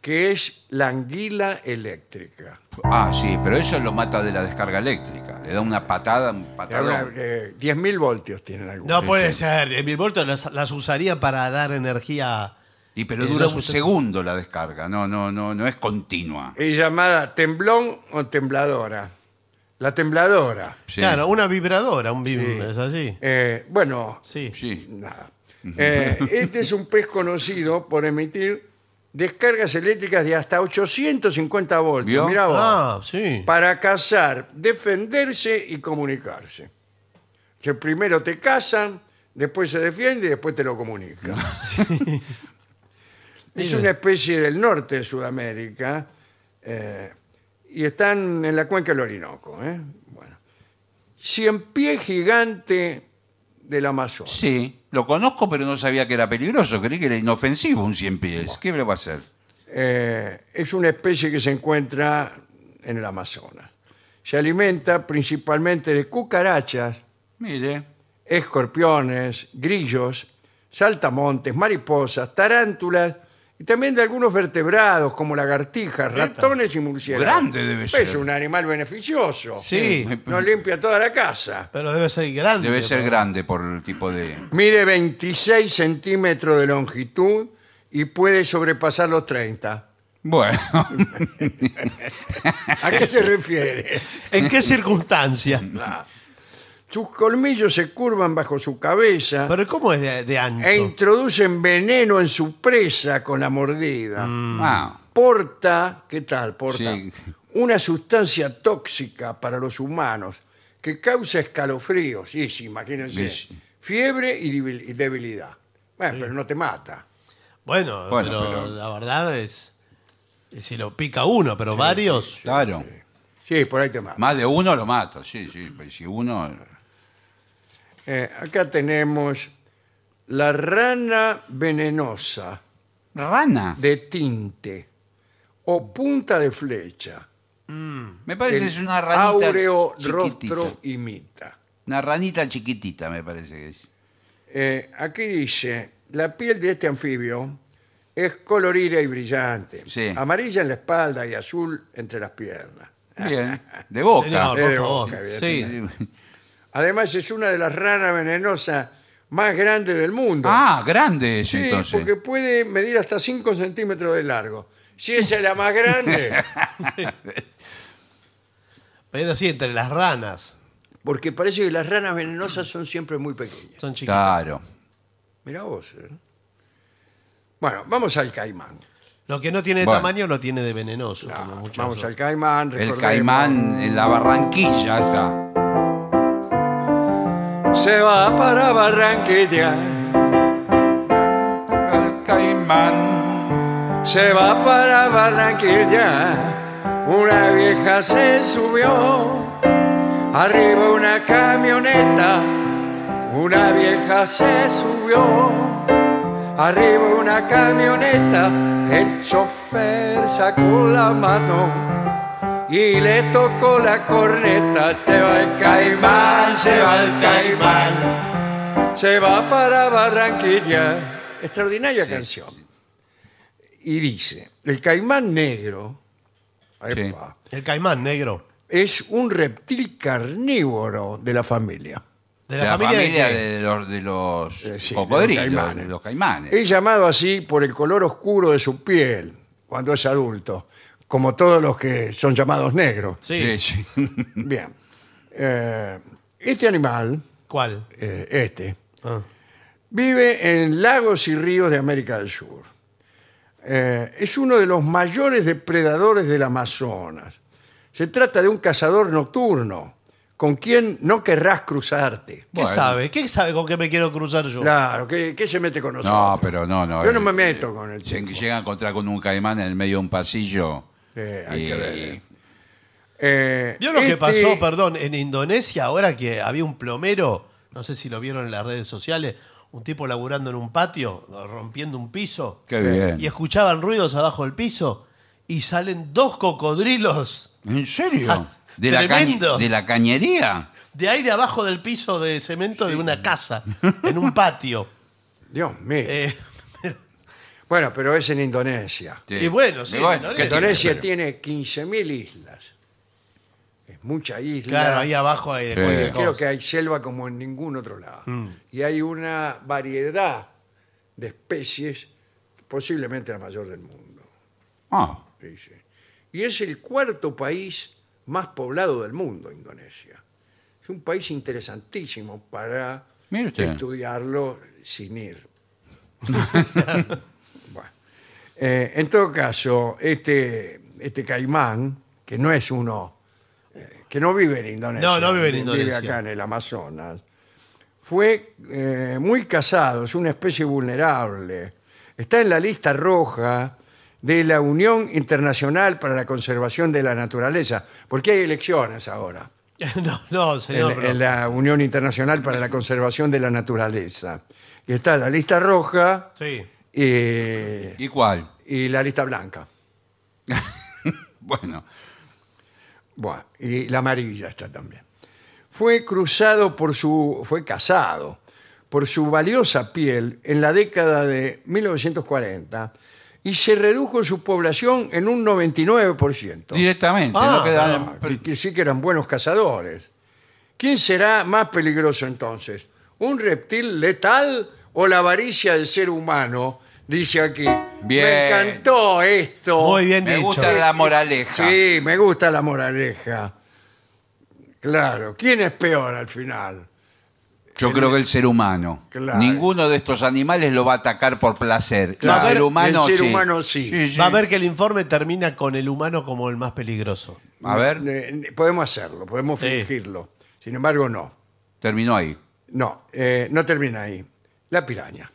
A: que es la anguila eléctrica.
B: Ah, sí, pero eso lo mata de la descarga eléctrica. Le da una patada, un
A: Que ahora,
B: patadón.
A: eh, 10.000 voltios tienen algunos.
C: No puede ser. El Milborto las, las usaría para dar energía.
B: Y pero
C: Eh,
B: dura
C: no,
B: un
C: usted-
B: segundo la descarga. No, no, no, no es continua.
A: Es llamada temblón o tembladora. La tembladora.
B: Sí.
C: Claro, una vibradora, un vib-
A: Sí.
C: es así.
A: Eh, bueno,
C: Sí.
B: Sí.
A: nada.
C: <laughs>
A: Eh, este es un pez conocido por emitir descargas eléctricas de hasta 850 voltios.
B: ¿Vio?
A: Mirá vos.
C: Ah, sí.
A: para cazar, defenderse y comunicarse. O sea, primero te cazan, después se defiende y después te lo comunica. es una especie del norte de Sudamérica eh, y están en la cuenca del Orinoco. ¿eh? Bueno. Cien pie gigante del Amazonas.
B: Sí, lo conozco, pero no sabía que era peligroso. Creí que era inofensivo un cien pies. ¿Qué le va a hacer?
A: Eh, es una especie que se encuentra en el Amazonas. Se alimenta principalmente de cucarachas,
B: Mire.
A: escorpiones, grillos, saltamontes, mariposas, tarántulas y también de algunos vertebrados como lagartijas, ratones y murciélagos.
B: Grande debe
A: Es
B: ser.
A: un animal beneficioso.
C: Sí.
A: No limpia toda la casa.
C: Pero debe ser grande.
B: Debe ser
C: pero-
B: grande por el tipo de.
A: Mide 26 centímetros de longitud y puede sobrepasar los 30. <laughs>
B: Bueno,
A: ¿A qué
B: <laughs>
A: se refiere?
C: ¿En qué circunstancia?
A: Sus colmillos se curvan bajo su cabeza
C: Pero ¿cómo es de, de ancho?
A: e introducen veneno en su presa con la mordida.
B: ah,
A: porta, ¿qué tal? Porta
B: Sí.
A: una sustancia tóxica para los humanos que causa escalofríos, sí, sí, imagínense,
B: Sí.
A: fiebre y debil- y debilidad. Bueno, pero no te mata.
C: Bueno,
B: Bueno,
C: pero,
B: pero-
C: la verdad es. Si lo pica uno, pero varios.
B: claro.
A: Sí, por ahí te mata.
B: Más de uno lo mata, sí, sí. pero Si uno.
A: Eh, acá tenemos la rana venenosa
B: Rana.
A: de tinte o punta de flecha.
B: Me parece
A: El
B: que es una ranita.
A: áureo
B: chiquitita.
A: rostro imita.
B: Una ranita chiquitita, me parece que es.
A: Eh, aquí dice, la piel de este anfibio es colorida y brillante,
B: Sí.
A: amarilla en la espalda y azul entre las piernas.
B: Bien. De boca.
C: Señor, por
A: Eh,
C: favor.
A: boca,
C: Sí.
B: Sí.
A: Además, es una de las ranas venenosas más grandes del mundo.
B: Ah, grande es
A: Sí,
B: entonces.
A: porque puede medir hasta 5 centímetros de largo. Si esa es la más grande,
B: <laughs>
C: Pero sí, entre las ranas.
A: porque parece que las ranas venenosas son siempre muy pequeñas.
C: Son chiquitas.
B: Claro.
A: Mirá vos. ¿eh? Bueno, vamos al caimán.
C: Lo que no tiene de
B: Bueno.
C: tamaño lo tiene de venenoso. como
A: Ah,
C: muchas
A: Vamos
C: otras.
A: al caimán.
B: El
A: recordemos.
B: caimán en la barranquilla está.
A: Se va para Barranquilla.
B: El caimán.
A: Se va para Barranquilla. Una vieja se subió. Arriba una camioneta. Una vieja se subió. Arriba una camioneta. El chofer sacó la mano. Y le tocó la corneta. Se va el caimán, se va el caimán. Se va para Barranquilla. Extraordinaria canción. Y dice, el caimán negro
B: Sí.
A: epa,
C: El caimán negro.
A: es un reptil carnívoro de la familia.
C: De
B: De
C: la,
B: la
C: familia, de, qué?
B: de los, de los
A: Eh, sí, de los
B: cocodrilos, de los
A: caimanes.
B: caimanes.
A: Es llamado así por el color oscuro de su piel cuando es adulto, como todos los que son llamados negros.
C: Sí.
B: Sí,
A: <laughs>
B: sí.
A: Bien. Eh, este animal,
C: ¿Cuál?
A: eh, este,
C: Ah.
A: Vive en lagos y ríos de América del Sur. Eh, es uno de los mayores depredadores del Amazonas. Se trata de un cazador nocturno con quien no querrás cruzarte.
C: ¿Qué
B: Bueno.
C: sabe? ¿Qué sabe con qué me quiero cruzar yo?
A: Claro, ¿qué, qué se mete con nosotros?
B: No, pero no, no.
A: Yo no
B: eh,
A: me meto con el
B: Se
A: chico.
B: llega a encontrar con un caimán en el medio de un pasillo.
A: Eh, hay
B: y-
A: que ver, eh. Eh,
C: ¿Vio lo que
A: este-
C: pasó, perdón, en Indonesia, ahora que había un plomero, no sé si lo vieron en las redes sociales, un tipo laburando en un patio, rompiendo un piso,
B: Qué bien.
C: y escuchaban ruidos abajo del piso, y salen dos cocodrilos
B: ¿En serio?
C: Ah,
B: ¿De la,
C: tremendos.
B: cañ- ¿De la cañería?
C: de ahí de abajo del piso de cemento de una casa, en un
A: <laughs>
C: patio.
A: Dios mío.
C: Eh,
A: Bueno, pero es en Indonesia.
B: Sí.
C: Y bueno, sí,
B: Y
C: Indonesia.
B: ¿qué tiene?
A: Indonesia tiene 15.000 islas. Es mucha isla.
C: claro, ahí abajo hay de
B: Sí.
C: cualquier
A: Creo
C: cosa.
A: que hay selva como en ningún otro lado.
B: Mm.
A: Y hay una variedad de especies, posiblemente la mayor del mundo.
B: Ah,
A: dice. Y es el cuarto país más poblado del mundo, Indonesia. Es un país interesantísimo para
B: Mire usted.
A: estudiarlo sin ir. Bueno. Eh, en todo caso, este, este caimán, que no es uno, eh, que no vive en Indonesia,
C: No, no vive en Indonesia.
A: acá en el Amazonas, fue eh, muy cazado, es una especie vulnerable. Está en la lista roja de la Unión Internacional para la Conservación de la Naturaleza, porque hay elecciones ahora
C: <laughs> no, no, señor.
A: en,
C: pero-
A: en la Unión Internacional para la Conservación de la Naturaleza. Y está la lista roja
C: Sí.
A: eh,
B: ¿Y cuál?
A: y la lista blanca.
B: Bueno,
A: Bueno, y la amarilla está también. Fue cruzado por su. fue casado por su valiosa piel en la década de 1940 y se redujo su población en un 99%.
B: directamente.
C: Ah,
B: no queda-
A: Ah, que- que sí que eran buenos cazadores. ¿Quién será más peligroso entonces? ¿Un reptil letal o la avaricia del ser humano? Dice aquí. Me
B: Bien.
A: encantó esto.
C: Muy bien
B: Me
C: dicho.
B: gusta la moraleja.
A: Sí, me gusta la moraleja. Claro, ¿quién es peor al final?
B: Yo creo que el ser humano.
A: Claro.
B: Ninguno de estos animales lo va a atacar por placer.
A: Claro.
B: El
A: El
B: ser humano
A: ser
B: sí.
A: humano sí.
C: Va a ver que el informe termina con el humano como el más peligroso.
B: A ver,
A: Eh, podemos hacerlo, podemos
C: Sí.
A: fingirlo. Sin embargo, no.
B: terminó ahí.
A: No, eh, no termina ahí. La piraña.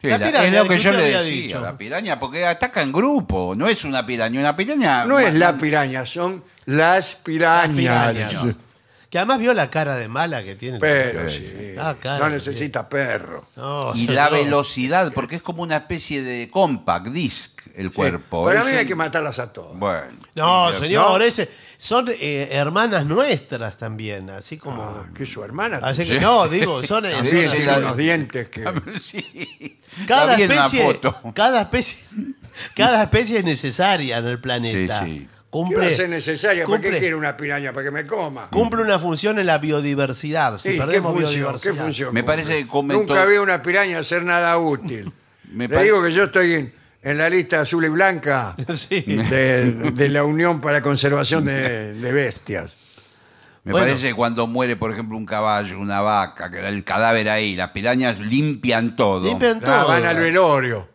B: Sí,
C: La
B: la
C: piraña,
B: es lo que
C: que
B: yo
C: usted
B: le
C: había
B: decía,
C: dicho.
B: la piraña, porque ataca en grupo, no es una piraña, una piraña...
A: No es
B: ma-
A: la
B: ma-
A: piraña, son las pirañas.
C: Pirañas. Que además vio la cara de mala que tiene.
A: Pero sí.
C: Ah, claro,
A: no necesita perro.
C: No,
B: Y
C: señor.
B: la velocidad, porque es como una especie de compact disc el cuerpo.
A: Para
B: Es
A: mí
B: un-
A: hay que matarlas a todas.
C: <laughs>
B: Bueno.
C: No,
B: Pero-
C: señor, ese- son eh, hermanas nuestras también, así como...
A: Ah, que su hermana
C: así que
B: sí.
C: no, digo, son... eh,
A: tiene
B: sí,
A: así
B: la-
A: unos dientes
B: <laughs>
A: que...
B: Sí.
C: cada,
B: Está bien la
C: especie,
B: foto.
C: cada especie... Cada especie es necesaria en el planeta.
B: Sí, sí.
A: ¿Qué va a ser
C: Cumple,
A: necesaria? ¿Para qué
C: cumple-
A: quiero una piraña? ¿Para que me coma?
C: cumple una función en la biodiversidad. Si
A: Sí, ¿qué
C: perdemos
A: función? ¿Qué
C: biodiversidad.
A: función cumple?
B: Me parece que comentó-
A: Nunca vi una piraña hacer nada útil.
B: <laughs> Me
A: Le
B: pare-
A: digo que yo estoy en, en la lista azul y blanca
C: <laughs> Sí.
B: <laughs>
A: de, de la Unión para la Conservación de, de Bestias.
B: Me
C: Bueno.
B: parece que cuando muere, por ejemplo, un caballo, una vaca, queda el cadáver ahí, las pirañas limpian todo.
C: Limpian
A: Ah,
C: todo.
A: van al velorio.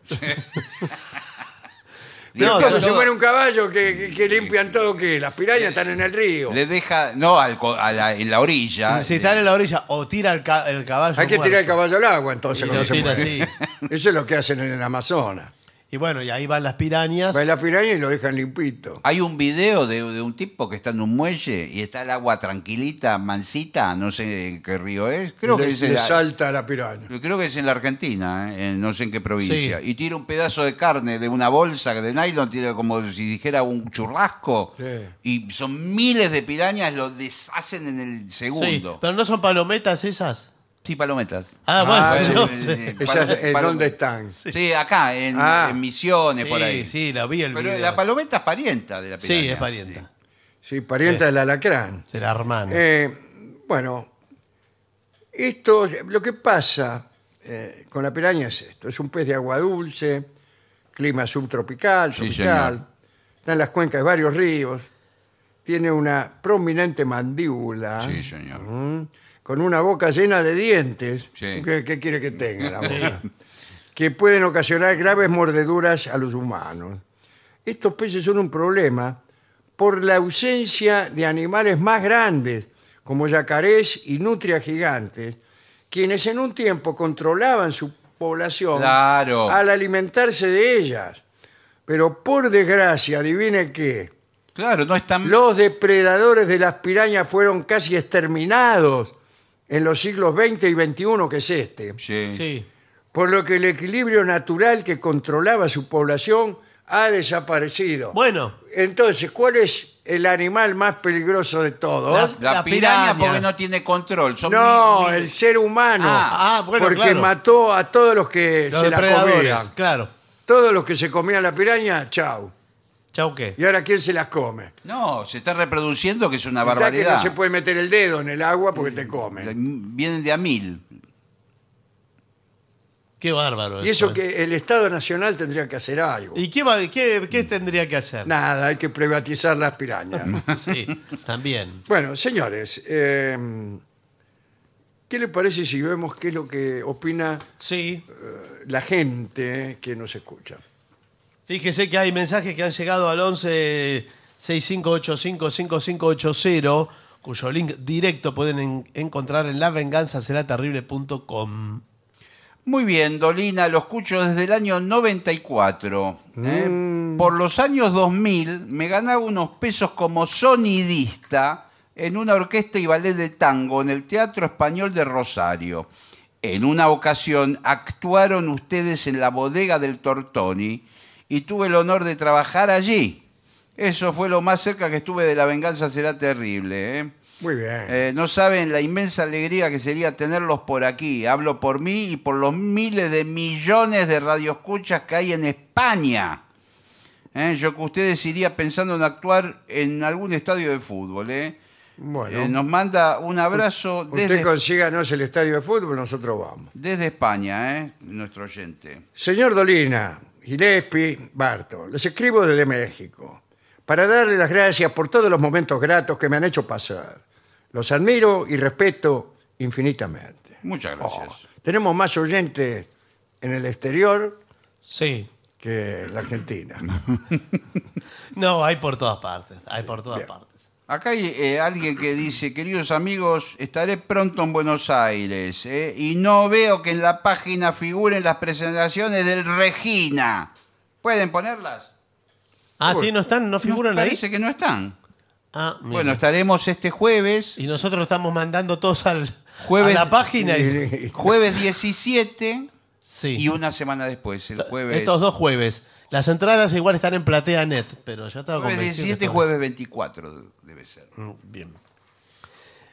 A: Pero
C: No,
A: cuando
C: sobre
A: se
C: todo-
A: muere un caballo que, que- que limpian todo, que las pirañas están en el río.
B: Le deja, no, al co- a la- en la orilla.
C: Si
B: eh,
C: están en la orilla o tira el, ca- el caballo.
A: Hay que tirar el
C: muerto.
A: caballo al agua entonces.
C: Y
A: cuando
C: lo
A: se
C: tira
A: muere.
C: así.
A: Eso es lo que hacen en el Amazonas.
C: Y bueno, y ahí van las pirañas.
A: Va la piraña y lo dejan limpito.
B: Hay un video de, de un tipo que está en un muelle y está el agua tranquilita, mansita, no sé qué río es. Creo
A: le,
B: que es en
A: le
B: la-
A: salta a la piraña.
B: Creo que es en la Argentina, eh, en no sé en qué provincia.
C: Sí.
B: Y tira un pedazo de carne de una bolsa de nylon, tira como si dijera un churrasco.
A: Sí.
B: Y son miles de pirañas, lo deshacen en el
C: Sí,
B: segundo. Sí,
C: pero no son palometas esas.
B: palometas.
C: Ah,
A: Ah,
C: bueno.
B: sí,
C: <laughs> no
B: sí,
C: sé.
B: sí.
A: Esas,
B: Para-
A: eh,
B: para-
A: ¿Dónde están?
B: Sí, acá, en,
A: Ah.
B: en Misiones, por
C: Sí,
B: ahí.
C: sí, la vi el
B: Pero
C: video.
B: la palometa es parienta de la
C: Sí,
B: piraña.
C: es parienta.
A: Sí, parienta del alacrán.
C: Se la hermana.
A: Eh, bueno, esto, lo que pasa eh, con la piraña es esto: es un pez de agua dulce, clima subtropical,
B: Sí,
A: tropical,
B: señor.
A: está en las cuencas de varios ríos, tiene una prominente mandíbula
B: Sí, señor.
C: Mm.
A: ¿m? con una boca llena de dientes.
B: Sí.
A: ¿Qué, qué quiere que tenga la
B: <laughs>
A: boca? que pueden ocasionar graves mordeduras a los humanos. Estos peces son un problema por la ausencia de animales más grandes, como yacarés y nutrias gigantes, quienes en un tiempo controlaban su población
B: Claro.
A: al alimentarse de ellas. Pero por desgracia, adivine qué,
B: Claro, no es tan...
A: los depredadores de las pirañas fueron casi exterminados en los siglos XX y XXI, que es este
B: Sí.
C: sí.
A: por lo que el equilibrio natural que controlaba su población ha desaparecido.
C: Bueno,
A: Entonces, ¿cuál es el animal más peligroso de todos?
B: La,
C: La
B: piraña,
C: piraña.
B: porque no tiene control. Son
A: no,
B: mil- mil-
A: el ser humano.
C: Ah, ah, bueno,
A: porque
C: claro.
A: mató a todos los que
C: los
A: se la
C: depredadores.
A: comían.
C: Claro.
A: Todos los que se comían la piraña, chau.
C: Chau, ¿qué?
A: ¿Y ahora quién se las come?
B: No, se está reproduciendo, que es una
A: Ya que no
B: barbaridad.
A: se puede meter el dedo en el agua porque te comen.
B: Vienen de a mil.
C: Qué bárbaro.
A: Y eso
C: eh.
A: que el Estado Nacional tendría que hacer algo.
C: ¿Y qué, va- qué- qué tendría que hacer?
A: Nada, hay que privatizar las pirañas.
C: Sí, también.
A: Bueno, señores, eh, ¿qué les parece si vemos qué es lo que opina eh,
C: Sí.
A: la gente que nos escucha?
C: Fíjese que hay mensajes que han llegado al 11 65855580, cuyo link directo pueden en- encontrar en lavenganzaseraterrible.com.
B: Muy bien, Dolina, lo escucho desde el año 94. ¿eh? Por los años 2000 me ganaba unos pesos como sonidista en una orquesta y ballet de tango en el Teatro Español de Rosario. En una ocasión actuaron ustedes en la bodega del Tortoni y tuve el honor de trabajar allí. Eso fue lo más cerca que estuve de la venganza será terrible. ¿eh?
A: Muy bien.
B: Eh, no saben la inmensa alegría que sería tenerlos por aquí. Hablo por mí y por los miles de millones de radioescuchas que hay en España. Eh, yo que ustedes iría pensando en actuar en algún estadio de fútbol. eh.
A: bueno,
B: Eh, nos manda un abrazo
A: usted
B: desde,
A: consíganos el estadio de fútbol, nosotros vamos.
B: desde España, eh, nuestro oyente.
A: Señor Dolina, Gillespie, Barto, les escribo desde México para darle las gracias por todos los momentos gratos que me han hecho pasar. Los admiro y respeto infinitamente.
B: Muchas gracias.
A: Oh, tenemos más oyentes en el exterior
C: Sí.
A: que la Argentina.
C: No, hay por todas partes. Hay por todas partes.
B: Acá hay eh, alguien que dice, queridos amigos, estaré pronto en Buenos Aires eh, y no veo que en la página figuren las presentaciones del Regina. ¿Pueden ponerlas?
C: Ah, sí, no están, no figuran
B: No,
C: ahí.
B: Parece que no están.
C: Ah, mira.
B: Bueno, estaremos este jueves,
C: y nosotros estamos mandando todos al,
B: Jueves-
C: a la página. y-
A: <laughs>
B: jueves 17
C: sí.
B: y una semana después, el jueves,
C: Estos dos jueves. Las entradas igual están en PlateaNet, pero yo estaba
B: jueves
C: convencido. que
B: 17 y
C: estaban-
B: jueves 24 debe ser.
C: Mm, Bien.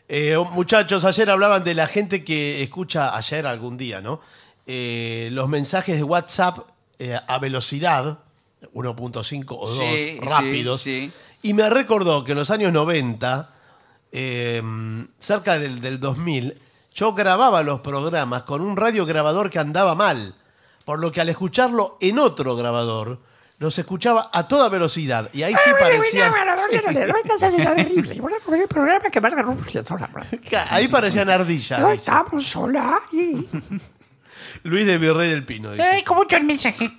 C: Eh, muchachos, ayer hablaban de la gente que escucha ayer algún día, ¿no? Eh, los mensajes de WhatsApp eh, a velocidad, 1.5 o 2,
B: Sí, sí,
C: rápidos.
B: sí.
C: Y me recordó que en los años 90, eh, cerca del, del 2000, yo grababa los programas con un radiograbador que andaba mal. Por lo que al escucharlo en otro grabador, los escuchaba a toda velocidad. Y ahí sí parecían.
D: el programa que marca Rusia.
C: Ahí parecían ardillas.
D: No
C: dice.
D: estamos solari.
C: Luis de Virrey del Pino. dice.
D: Ay, con muchos mensajes.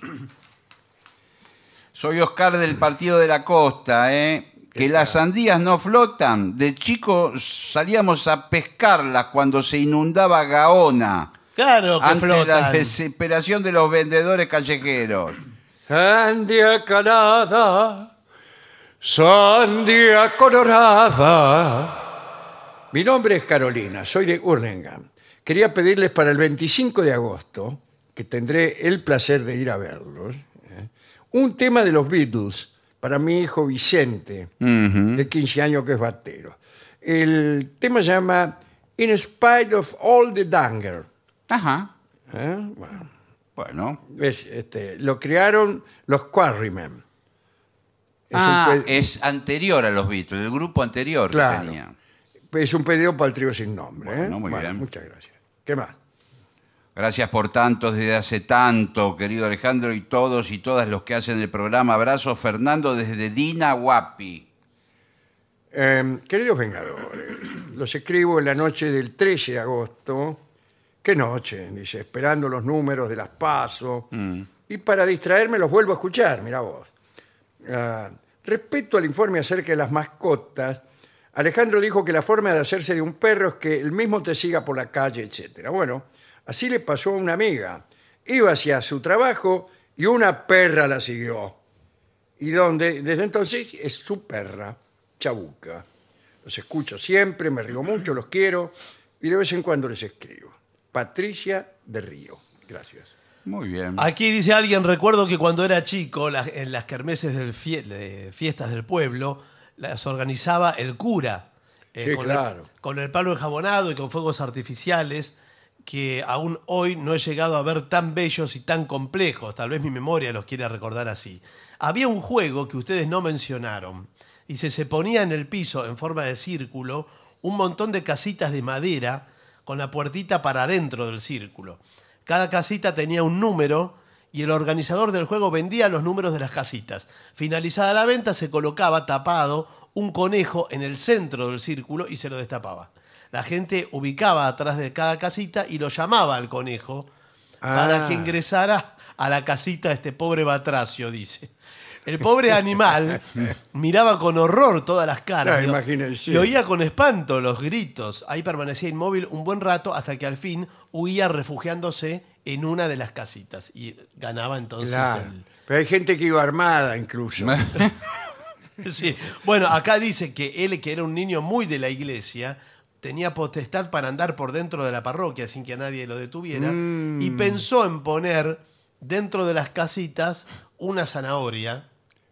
B: Soy Oscar del Partido de la Costa, ¿eh? Que las sandías no flotan. De chico salíamos a pescarlas cuando se inundaba Gaona.
C: Claro que
B: Ante la
C: flotan.
B: desesperación de los vendedores callejeros.
A: Sandía calada, sandía colorada. Mi nombre es Carolina, soy de Hurlingham. Quería pedirles para el 25 de agosto, que tendré el placer de ir a verlos, ¿eh? un tema de los Beatles para mi hijo Vicente, de 15 años que es batero. El tema se llama In Spite of All the Danger.
B: Ajá.
A: ¿eh? Bueno.
B: Bueno.
A: Es, este, lo crearon los Quarrymen. Es,
B: Ah,
A: un, pe-
B: es anterior a los Beatles, el grupo anterior
A: Claro.
B: que tenía.
A: es un pedido para el trío sin nombre.
B: Bueno,
A: ¿eh?
B: muy bien.
A: Muchas gracias. ¿Qué más?
B: Gracias por tantos desde hace tanto, querido Alejandro, y todos y todas los que hacen el programa. Abrazo, Fernando, desde Dina Guapi.
A: Eh, queridos Vengadores, los escribo en la noche del 13 de agosto. ¿Qué noche? Dice, esperando los números de las pasos. Y para distraerme los vuelvo a escuchar, mira vos. Ah, respecto al informe acerca de las mascotas, Alejandro dijo que la forma de hacerse de un perro es que el mismo te siga por la calle, etcétera. Bueno, así le pasó a una amiga. Iba hacia su trabajo y una perra la siguió. Y donde desde entonces es su perra, Chabuca. Los escucho siempre, me río mucho, los quiero y de vez en cuando les escribo. Patricia de Río. Gracias.
B: Muy bien.
A: Eh,
C: Aquí dice alguien, recuerdo que cuando era chico, las- en las kermeses del fie- de fiestas del pueblo, las organizaba el cura. eh,
A: Sí,
C: con
A: claro.
C: El, con el palo enjabonado y con fuegos artificiales, que aún hoy no he llegado a ver tan bellos y tan complejos. Tal vez mi memoria los quiera recordar así. Había un juego que ustedes no mencionaron. Y se, se ponía en el piso, en forma de círculo, un montón de casitas de madera con la puertita para adentro del círculo. Cada casita tenía un número y el organizador del juego vendía los números de las casitas. Finalizada la venta se colocaba tapado un conejo en el centro del círculo y se lo destapaba. La gente ubicaba atrás de cada casita y lo llamaba al conejo para
A: Ah.
C: que ingresara a la casita de este pobre batracio, dice. El
A: <laughs>
C: pobre animal miraba con horror todas las
A: Claro,
C: caras digo,
A: imagínense.
C: y oía con espanto los gritos. Ahí permanecía inmóvil un buen rato hasta que al fin huía refugiándose en una de las casitas y ganaba entonces
A: Claro.
C: el-
A: Pero hay gente que iba armada incluso.
C: <laughs> Sí. Bueno, acá dice que él, que era un niño muy de la iglesia, tenía potestad para andar por dentro de la parroquia sin que nadie lo detuviera y pensó en poner dentro de las casitas una zanahoria.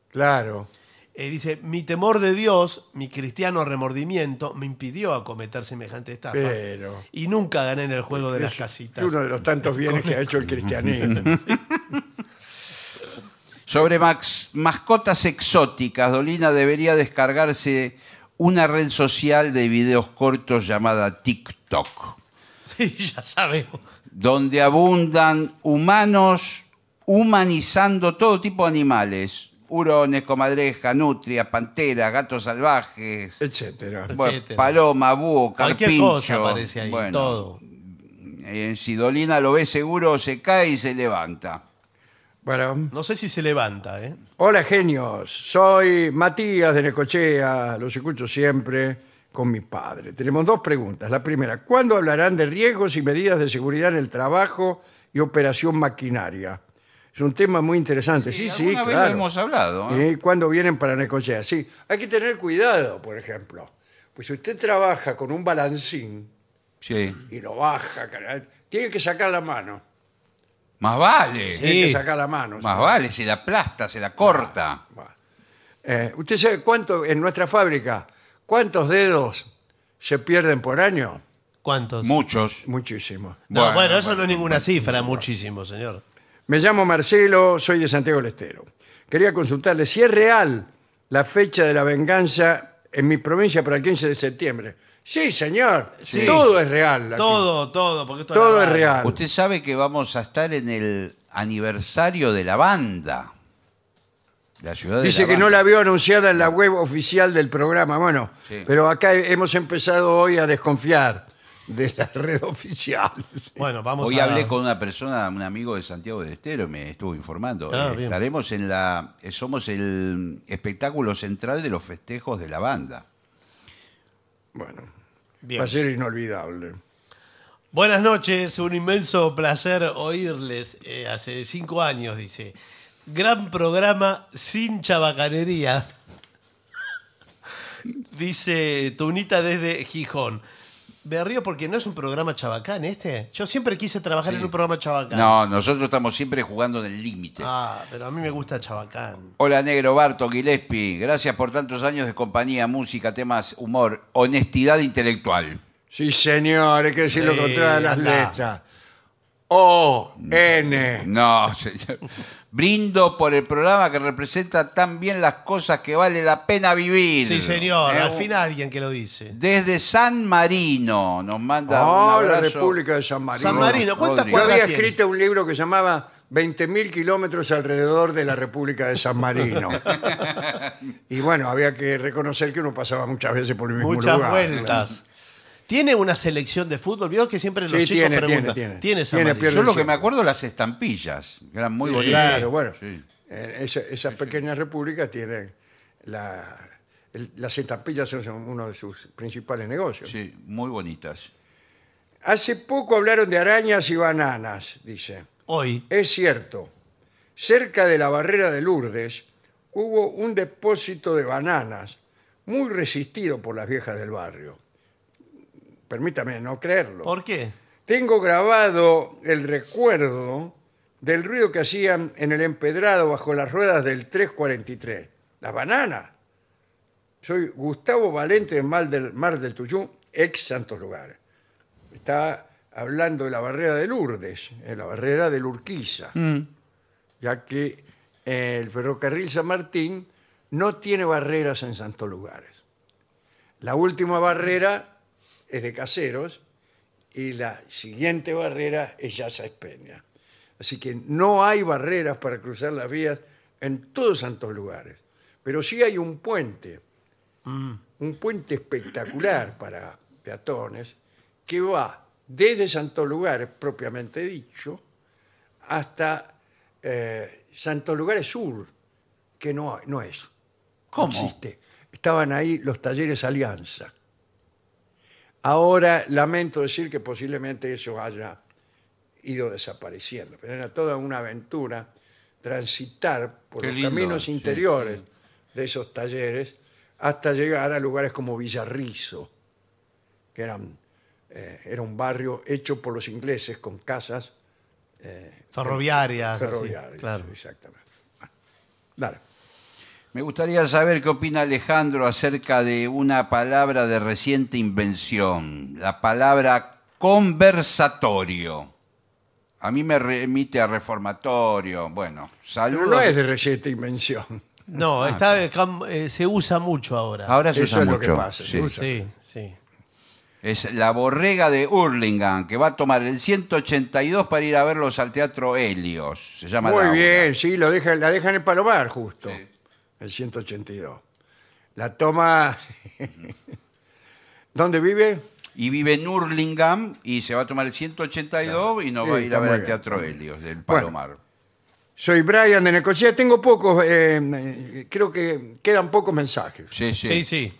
A: Claro.
C: Eh, dice, mi temor de Dios, mi cristiano remordimiento, me impidió acometer semejante estafa.
A: Pero-
C: Y nunca gané en el juego de las
A: Es
C: casitas.
A: Uno de los tantos bienes que ha hecho el cristianismo.
B: Sobre max- mascotas exóticas, Dolina debería descargarse una red social de videos cortos llamada TikTok,
C: <laughs> Sí, ya sabemos.
B: donde abundan humanos humanizando todo tipo de animales. Hurones, comadrejas, nutrias, panteras, gatos salvajes,
A: etcétera.
B: Bueno,
C: Etcétera.
B: paloma, búho,
C: Cualquier
B: carpincho.
C: cosa aparece ahí,
B: Bueno,
C: todo.
B: eh, si Dolina lo ve seguro, se cae y se levanta.
A: Bueno.
C: No sé si se levanta, ¿eh?
A: Hola genios, soy Matías de Necochea, los escucho siempre con mi padre. Tenemos dos preguntas. La primera, ¿cuándo hablarán de riesgos y medidas de seguridad en el trabajo y operación maquinaria? Es un tema muy interesante. Sí, sí,
B: Eh, alguna vez
A: claro.
B: lo hemos hablado. ¿eh?
A: ¿Y cuándo vienen para Necochea? Sí, hay que tener cuidado, por ejemplo. Pues si usted trabaja con un balancín
B: Sí.
A: y lo baja, caray, tiene que sacar la mano.
B: Más vale.
A: Tiene que
C: Sí.
A: sacar la mano.
B: Más vale, se la aplasta, se la corta.
A: Bueno. Eh, ¿Usted sabe cuánto en nuestra fábrica, cuántos dedos se pierden por año?
C: ¿Cuántos?
B: Muchos.
A: Muchísimos.
C: No,
B: Bueno,
C: bueno, eso no es ninguna cifra, muchísimo, señor.
A: Me llamo Marcelo, soy de Santiago del Estero. Quería consultarle si es real la fecha de la venganza en mi provincia para el 15 de septiembre. Sí, señor.
C: Sí.
A: Todo es real. aquí.
C: Todo, todo, porque esto
A: Todo
C: la
A: es
C: radio.
A: real.
B: Usted sabe que vamos a estar en el aniversario de la banda. La ciudad de
A: Dice
B: la
A: que no
B: Banda.
A: la vio anunciada en la web oficial del programa. Bueno,
B: Sí.
A: pero acá hemos empezado hoy a desconfiar de la <laughs> red oficial.
C: Bueno, vamos
B: Hoy
C: a...
B: hablé con una persona, un amigo de Santiago del Estero, me estuvo informando.
C: Ah,
B: Eh,
C: bien.
B: Estaremos en la. eh, Somos el espectáculo central de los festejos de la banda.
A: Bueno,
C: Bien.
A: va a ser inolvidable.
C: Buenas noches, un inmenso placer oírles. eh, hace cinco años, dice. Gran programa sin chabacanería. <laughs> dice Tunita desde Gijón. Me río porque no es un programa chabacán este. Yo siempre quise trabajar en un programa chabacán.
B: No, nosotros estamos siempre jugando en el límite.
C: Ah, pero a mí me gusta chabacán.
B: Hola negro Barto Gillespie, gracias por tantos años de compañía, música, temas, humor, honestidad intelectual.
A: Sí, señor, hay que decir lo
C: Sí,
A: contrario de las
C: Eh, anda.
A: letras. O, N.
B: No, señor. Brindo por el programa que representa tan bien las cosas que vale la pena vivir.
C: Sí, señor.
B: Eh,
C: Al fin alguien que lo dice.
B: Desde San Marino nos manda un
A: Oh, la
B: abrazo.
A: República de San Marino.
C: San Marino, ¿cuántas
B: Rodrigo.
A: Yo
C: cuadras
A: había
C: tiene?
A: escrito un libro que llamaba 20.000 kilómetros alrededor de la República de San
B: <laughs>
A: Marino. y bueno, había que reconocer que uno pasaba muchas veces por el mismo
C: Muchas
A: lugar.
C: vueltas. Tiene una selección de fútbol. Vio que siempre los
A: Sí,
C: chicos
A: tiene, tiene,
C: preguntan.
A: tiene.
C: San
A: Tiene,
C: Marino?
A: pierde
B: Yo lo que
A: siempre.
B: me acuerdo las estampillas, que eran muy
A: Claro,
B: bonitas.
A: Claro, bueno.
B: Sí.
A: Eh, esa- esas pequeñas repúblicas tienen la- el- las estampillas son uno de sus principales negocios.
B: Sí, muy bonitas.
A: Hace poco hablaron de arañas y bananas, dice.
C: Hoy.
A: Es cierto, cerca de la barrera de Lourdes hubo un depósito de bananas muy resistido por las viejas del barrio. Permítame no creerlo.
C: ¿Por qué?
A: Tengo grabado el recuerdo del ruido que hacían en el empedrado bajo las ruedas del 343. Las bananas. Soy Gustavo Valente de Mar del, Mar del Tuyú, ex Santos Lugares. Está hablando de la barrera de Lourdes, eh, la barrera de Urquiza, ya que eh, el ferrocarril San Martín no tiene barreras en Santos Lugares. La última barrera es de Caseros y la siguiente barrera es Yaza Peña. Así que no hay barreras para cruzar las vías en todos santos lugares. Pero sí hay un puente, un puente espectacular para peatones, que va desde santos lugares, propiamente dicho, hasta eh, santos lugares sur, que no, no es.
B: ¿Cómo?
A: No existe. Estaban ahí los talleres Alianza. Ahora lamento decir que posiblemente eso haya ido desapareciendo, pero era toda una aventura transitar por
B: Qué
A: los
B: lindo,
A: caminos
B: sí,
A: interiores de esos talleres hasta llegar a lugares como Villarrizo, que eran, eh, era un barrio hecho por los ingleses con casas
C: Ferroviarias. así,
A: ferroviarias.
C: claro.
A: Exactamente. Bueno, Claro.
B: Me gustaría saber qué opina Alejandro acerca de una palabra de reciente invención, la palabra conversatorio. A mí me remite a reformatorio. Bueno,
A: Pero
B: saludos.
A: no es de reciente invención.
C: No, está, cam- eh, se usa mucho ahora.
B: Ahora se
A: Eso
B: usa
A: es lo
B: mucho.
A: que pasa,
B: sí.
A: se usa.
C: Sí, sí.
B: Es la borrega de Hurlingham, que va a tomar el 182 para ir a verlos al Teatro Helios. Se llama
A: Muy
B: la obra.
A: bien, sí, lo deja, la dejan en el Palomar, justo. El 182. La toma. <laughs> ¿Dónde vive?
B: Y vive en Hurlingham y se va a tomar el 182 y nos
A: Sí,
B: va a ir
A: está
B: a ver
A: muy
B: al
A: bien.
B: Teatro Helios del Palomar.
A: Soy Brian de Necochea. Tengo pocos, eh, eh, creo que quedan pocos mensajes,
B: Sí, sí.
C: Sí, sí.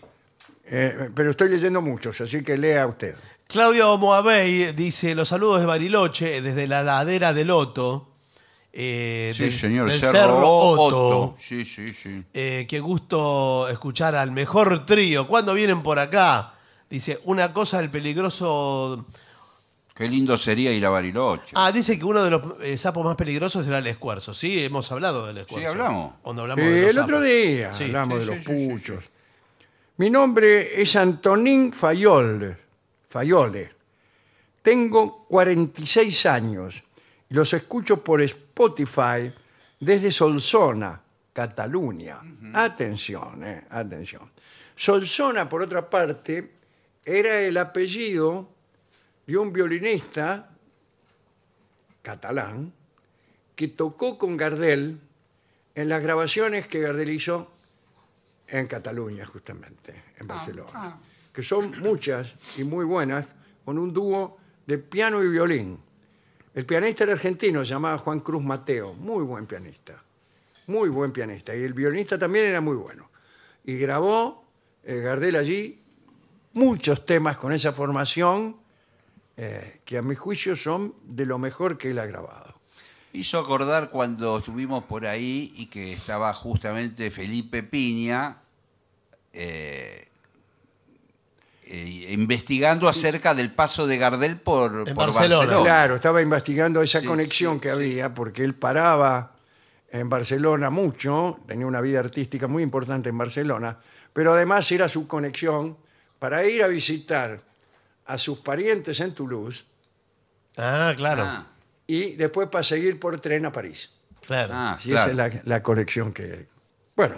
A: Eh, pero estoy leyendo muchos, así que lea usted.
C: Claudio Moabey dice: Los saludos de Bariloche desde la ladera del Loto. eh,
B: Sí,
C: del-
B: señor.
C: del
B: Cerro,
C: Otto.
B: Otto. Sí, sí, sí.
C: Eh, qué gusto escuchar al mejor trío. ¿Cuándo vienen por acá? Dice, una cosa del peligroso.
B: Qué lindo sería ir a Bariloche.
C: Ah, dice que uno de los eh, sapos más peligrosos era el escuerzo. Sí, hemos hablado del escuerzo.
B: hablamos.
C: Cuando hablamos de
A: Eh,
C: los
A: el otro
C: sapos.
A: día
C: Sí,
A: hablamos
B: sí,
A: de los
B: sí, sí, sí,
A: puchos. Mi nombre es Antonín Fayol, Fayole. Tengo 46 años y los escucho por Spotify desde Solsona, Cataluña. Atención, eh, atención. Solsona, por otra parte, era el apellido de un violinista catalán que tocó con Gardel en las grabaciones que Gardel hizo en Cataluña, justamente, en Barcelona. Que son muchas y muy buenas, con un dúo de piano y violín. El pianista era argentino, se llamaba Juan Cruz Mateo, muy buen pianista. Muy buen pianista. Y el violinista también era muy bueno. Y grabó eh, Gardel allí muchos temas con esa formación eh, que a mi juicio son de lo mejor que él ha grabado.
B: Hizo acordar cuando estuvimos por ahí y que estaba justamente Felipe Piña eh, eh, investigando acerca del paso de Gardel por,
C: En
B: por
C: Barcelona.
B: Barcelona.
A: Claro, estaba investigando esa
B: Sí,
A: conexión
B: sí,
A: que
B: sí.
A: había, porque él paraba en Barcelona mucho, tenía una vida artística muy importante en Barcelona, pero además era su conexión para ir a visitar a sus parientes en Toulouse
C: Ah, claro.
B: Ah,
A: y después para seguir por tren a París.
C: claro.
B: ah,
A: Y
B: claro.
A: Esa es la, la conexión que... Bueno,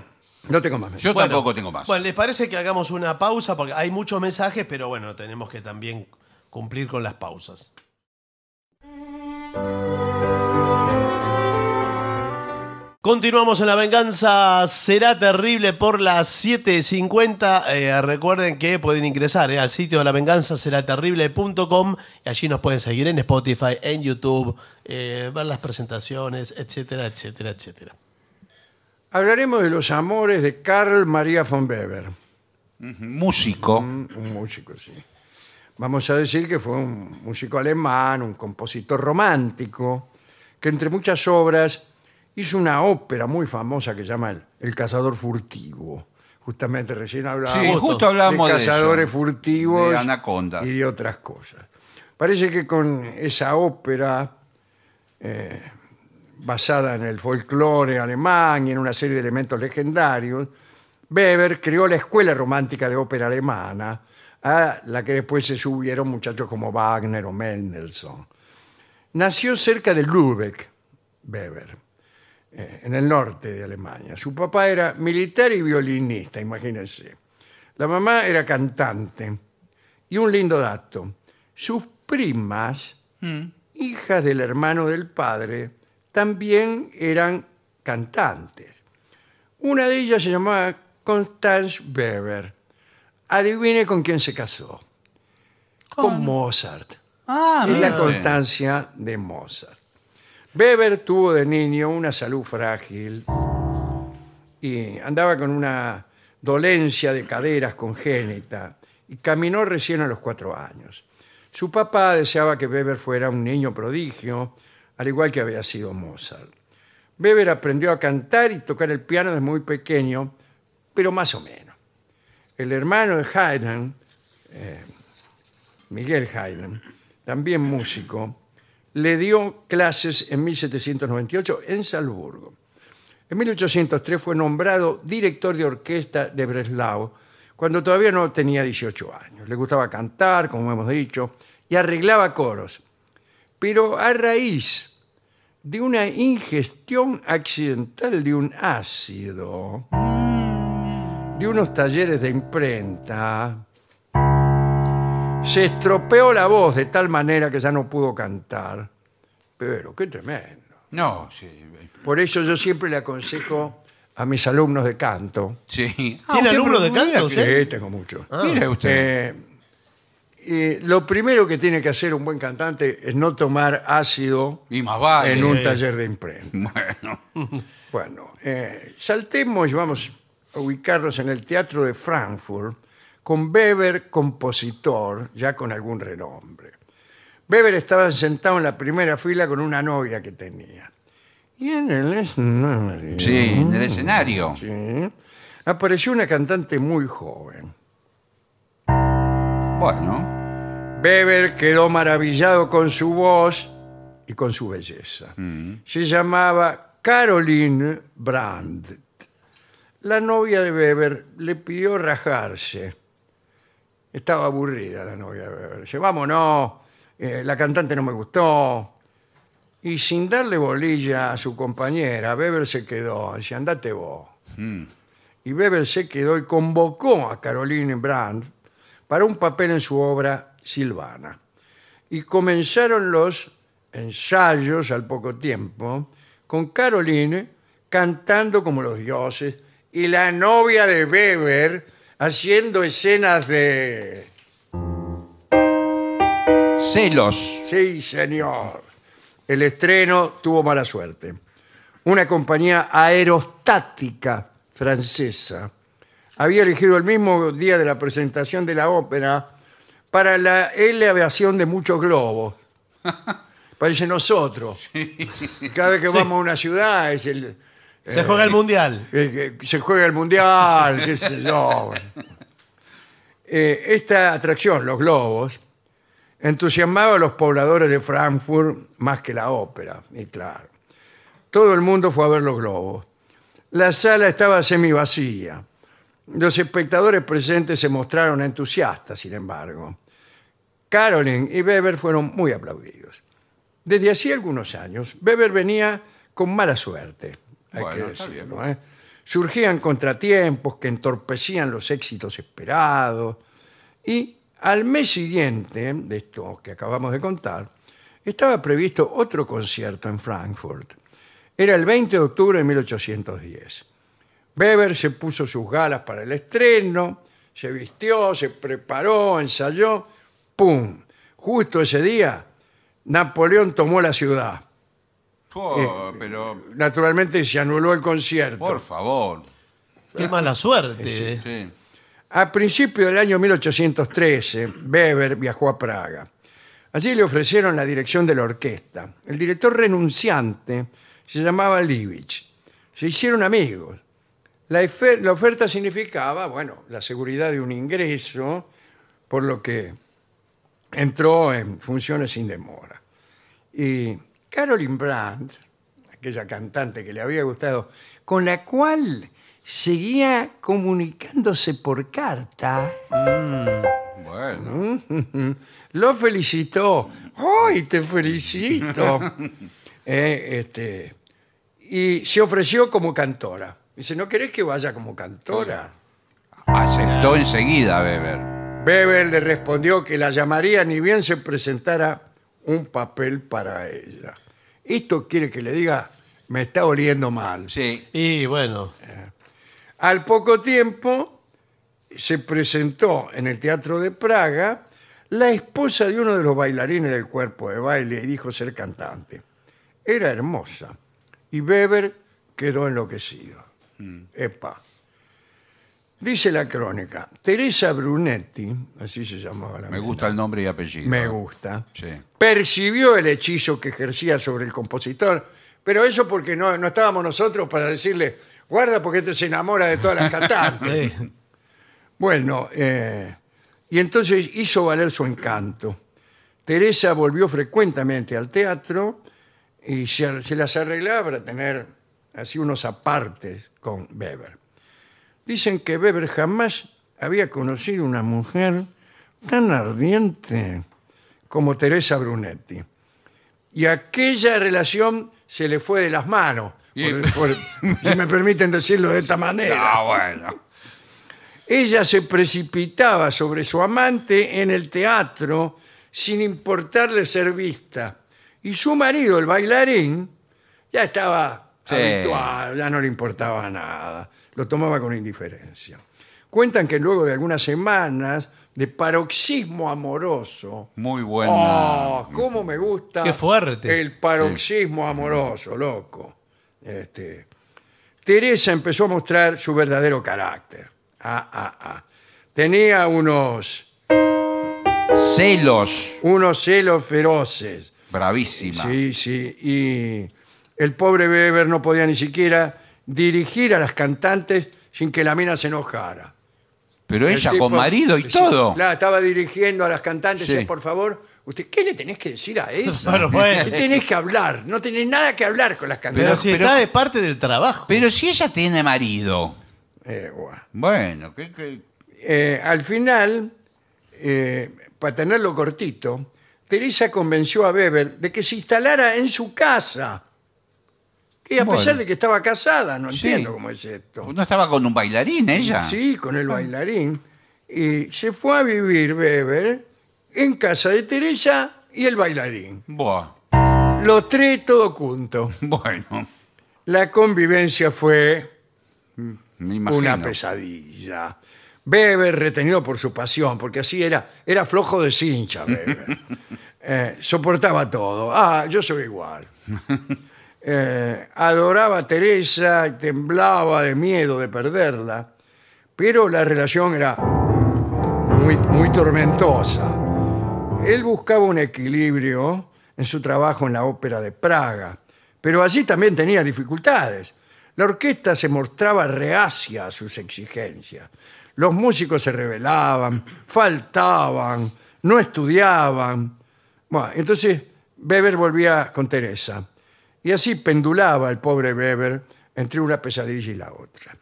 A: no tengo más.
B: Yo
A: mensajes.
C: Bueno,
B: tampoco tengo más.
C: Bueno, ¿les parece que hagamos una pausa? Porque hay muchos mensajes, pero bueno, tenemos que también cumplir con las pausas. Continuamos en la venganza, será terrible por las 7.50. Eh, recuerden que pueden ingresar eh, al sitio de la venganza terrible.com y allí nos pueden seguir en Spotify, en YouTube, eh, ver las presentaciones, etcétera, etcétera, etcétera.
A: Hablaremos de los amores de Carl María von Weber.
B: Ujú, Músico.
A: Un, un músico, sí. Vamos a decir que fue un músico alemán, un compositor romántico, que entre muchas obras hizo una ópera muy famosa que se llama El, El Cazador Furtivo. Justamente recién hablábamos
B: Sí,
C: justo.
B: justo hablamos de,
A: de cazadores
B: eso.
A: furtivos
B: De anacondas.
A: y de otras cosas. Parece que con esa ópera eh, basada en el folclore alemán y en una serie de elementos legendarios, Weber creó la escuela romántica de ópera alemana, a la que después se subieron muchachos como Wagner o Mendelssohn. Nació cerca de Lübeck, Weber, eh, en el norte de Alemania. Su papá era militar y violinista, imagínense. La mamá era cantante. Y un lindo dato, sus primas, hijas del hermano del padre, también eran cantantes. Una de ellas se llamaba Constance Weber. Adivine con quién se casó. Con Mozart.
B: Ah,
A: Es la
B: mire.
A: constancia de Mozart. Weber tuvo de niño una salud frágil y andaba con una dolencia de caderas congénita y caminó recién a los cuatro años. Su papá deseaba que Weber fuera un niño prodigio, al igual que había sido Mozart. Weber aprendió a cantar y tocar el piano desde muy pequeño, pero más o menos. El hermano de Haydn, Miguel Haydn, también músico, le dio clases en 1798 en Salzburgo. En 1803 fue nombrado director de orquesta de Breslau, cuando todavía no tenía 18 años. Le gustaba cantar, como hemos dicho, y arreglaba coros. Pero a raíz de una ingestión accidental de un ácido, de unos talleres de imprenta, se estropeó la voz de tal manera que ya no pudo cantar. Pero qué tremendo.
B: No, sí.
A: Por eso yo siempre le aconsejo a mis alumnos de canto,
B: sí.
C: ¿Tiene
B: Ah, usted
C: alumno de
B: mira
C: canto
B: que-
C: usted?
A: que tengo muchos,
B: Mire usted.
A: Ah. eh, eh, lo primero que tiene que hacer un buen cantante es no tomar ácido
B: y más vale.
A: en un taller de imprenta.
B: Bueno.
A: Bueno, eh, saltemos y vamos a ubicarnos en el Teatro de Frankfurt con Weber, compositor, ya con algún renombre. Weber estaba sentado en la primera fila con una novia que tenía. Y en el escenario
B: Sí, en el escenario.
A: sí, apareció una cantante muy joven.
B: Bueno.
A: Weber quedó maravillado con su voz y con su belleza. Se llamaba Caroline Brandt. La novia de Weber le pidió rajarse. Estaba aburrida la novia de Weber. Dice, vámonos, eh, la cantante no me gustó. y sin darle bolilla a su compañera, Bebel se quedó, dice, andate vos. Y Bebel se quedó y convocó a Caroline Brandt para un papel en su obra Silvana. Y comenzaron los ensayos al poco tiempo con Caroline cantando como los dioses y la novia de Weber haciendo escenas de...
B: Celos.
A: Sí, señor. El estreno tuvo mala suerte. Una compañía aerostática francesa había elegido el mismo día de la presentación de la ópera para la elevación de muchos
C: <laughs>
A: globos. Parece nosotros. Cada vez que vamos a una ciudad es el,
C: Se juega el mundial.
A: eh, que se juega el mundial, qué sé yo, bueno. Eh, esta atracción, los globos, entusiasmaba a los pobladores de Frankfurt más que la ópera, y claro. Todo el mundo fue a ver los globos. La sala estaba semivacía. Los espectadores presentes se mostraron entusiastas, sin embargo. Caroline y Weber fueron muy aplaudidos. Desde hacía algunos años, Weber venía con mala suerte, hay
B: Bueno,
A: que
B: está bien.
A: decirlo. ¿eh? Surgían contratiempos que entorpecían los éxitos esperados y al mes siguiente de esto que acabamos de contar, estaba previsto otro concierto en Frankfurt. Era el 20 de octubre de 1810. Weber se puso sus galas para el estreno, se vistió, se preparó, ensayó, ¡pum! Justo ese día, Napoleón tomó la ciudad.
B: Oh, pero,
A: Naturalmente se anuló el concierto.
B: por favor.
C: Qué mala suerte. eh.
B: Sí.
A: A principios del año 1813, Weber viajó a Praga. Allí le ofrecieron la dirección de la orquesta. El director renunciante se llamaba Livich. Se hicieron amigos. La, efe- la oferta significaba, bueno, la seguridad de un ingreso, por lo que entró en funciones sin demora. Y Caroline Brandt, aquella cantante que le había gustado, con la cual seguía comunicándose por carta,
B: Bueno,
A: lo felicitó. ¡Ay, te felicito! Eh, este, y se ofreció como cantora. Dice, ¿no querés que vaya como cantora?
B: aceptó enseguida Weber.
A: Bebel le respondió que la llamaría ni bien se presentara un papel para ella. Esto quiere que le diga, me está oliendo mal.
B: Sí.
C: Y bueno,
A: Al poco tiempo se presentó en el Teatro de Praga la esposa de uno de los bailarines del cuerpo de baile y dijo ser cantante. Era hermosa y Weber quedó enloquecido.
B: Mm.
A: Epa. Dice la crónica, Teresa Brunetti, así se llamaba la
B: Me
A: mina,
B: gusta el nombre y apellido.
A: me gusta,
B: Sí.
A: percibió el hechizo que ejercía sobre el compositor, pero eso porque no, no estábamos nosotros para decirle, guarda porque este se enamora de todas las cantantes.
C: eh,
A: bueno, eh, y entonces hizo valer su encanto. Teresa volvió frecuentemente al teatro y se, ar- se las arreglaba para tener así unos apartes con Weber. Dicen que Weber jamás había conocido una mujer tan ardiente como Teresa Brunetti. Y aquella relación se le fue de las manos,
B: Y-
A: por- por- si me permiten decirlo de esta manera.
B: Ah, bueno.
A: Ella se precipitaba sobre su amante en el teatro sin importarle ser vista. Y su marido, el bailarín, ya estaba
B: Sí.
A: habituado, ya no le importaba nada. Lo tomaba con indiferencia. Cuentan que luego de algunas semanas de paroxismo amoroso.
B: Muy buena.
A: ¡Oh, cómo me gusta!
C: Qué fuerte.
A: El paroxismo amoroso, loco. Este, Teresa empezó a mostrar su verdadero carácter. Ah, ah, ah. Tenía unos,
B: Celos.
A: unos celos feroces.
B: Bravísima.
A: Sí, sí. Y el pobre Weber no podía ni siquiera dirigir a las cantantes sin que la mina se enojara.
B: Pero
A: El
B: ella
A: tipo-
B: con marido y
A: sí,
B: todo.
A: claro, estaba dirigiendo a las cantantes.
B: Sí.
A: decía, por favor, usted, ¿qué le tenés que decir
B: <laughs>
A: a ella?
C: Bueno,
A: ¿Qué <laughs>
C: bueno.
A: tenés que hablar? No tenés nada que hablar con las
C: Pero
A: cantantes.
C: si está de parte del trabajo.
B: Pero si ella tiene marido.
A: Eh, bueno.
B: Bueno, ¿qué, qué?
A: Eh, al final, eh, para tenerlo cortito, Teresa convenció a Weber de que se instalara en su casa. Que a
B: Bueno.
A: pesar de que estaba casada, no
B: Sí.
A: entiendo cómo es esto.
B: ¿No estaba con un bailarín ella? Ah.
A: Sí, con el bailarín. Y se fue a vivir Weber en casa de Teresa y el bailarín.
B: Buah, <laughs>
A: Los tres todo juntos.
B: Bueno,
A: La convivencia fue
B: me imagino.
A: una pesadilla. Weber retenido por su pasión, porque así era, era flojo de cincha
B: <laughs>
A: Weber. Eh, soportaba todo. Ah, yo soy
B: <laughs>
A: igual. Eh, adoraba a Teresa y temblaba de miedo de perderla, pero la relación era muy, muy tormentosa. Él buscaba un equilibrio en su trabajo en la ópera de Praga, pero allí también tenía dificultades. La orquesta se mostraba reacia a sus exigencias. Los músicos se rebelaban, faltaban, no estudiaban. Bueno, entonces Weber volvía con Teresa. Y así pendulaba el pobre Weber entre una pesadilla y la otra.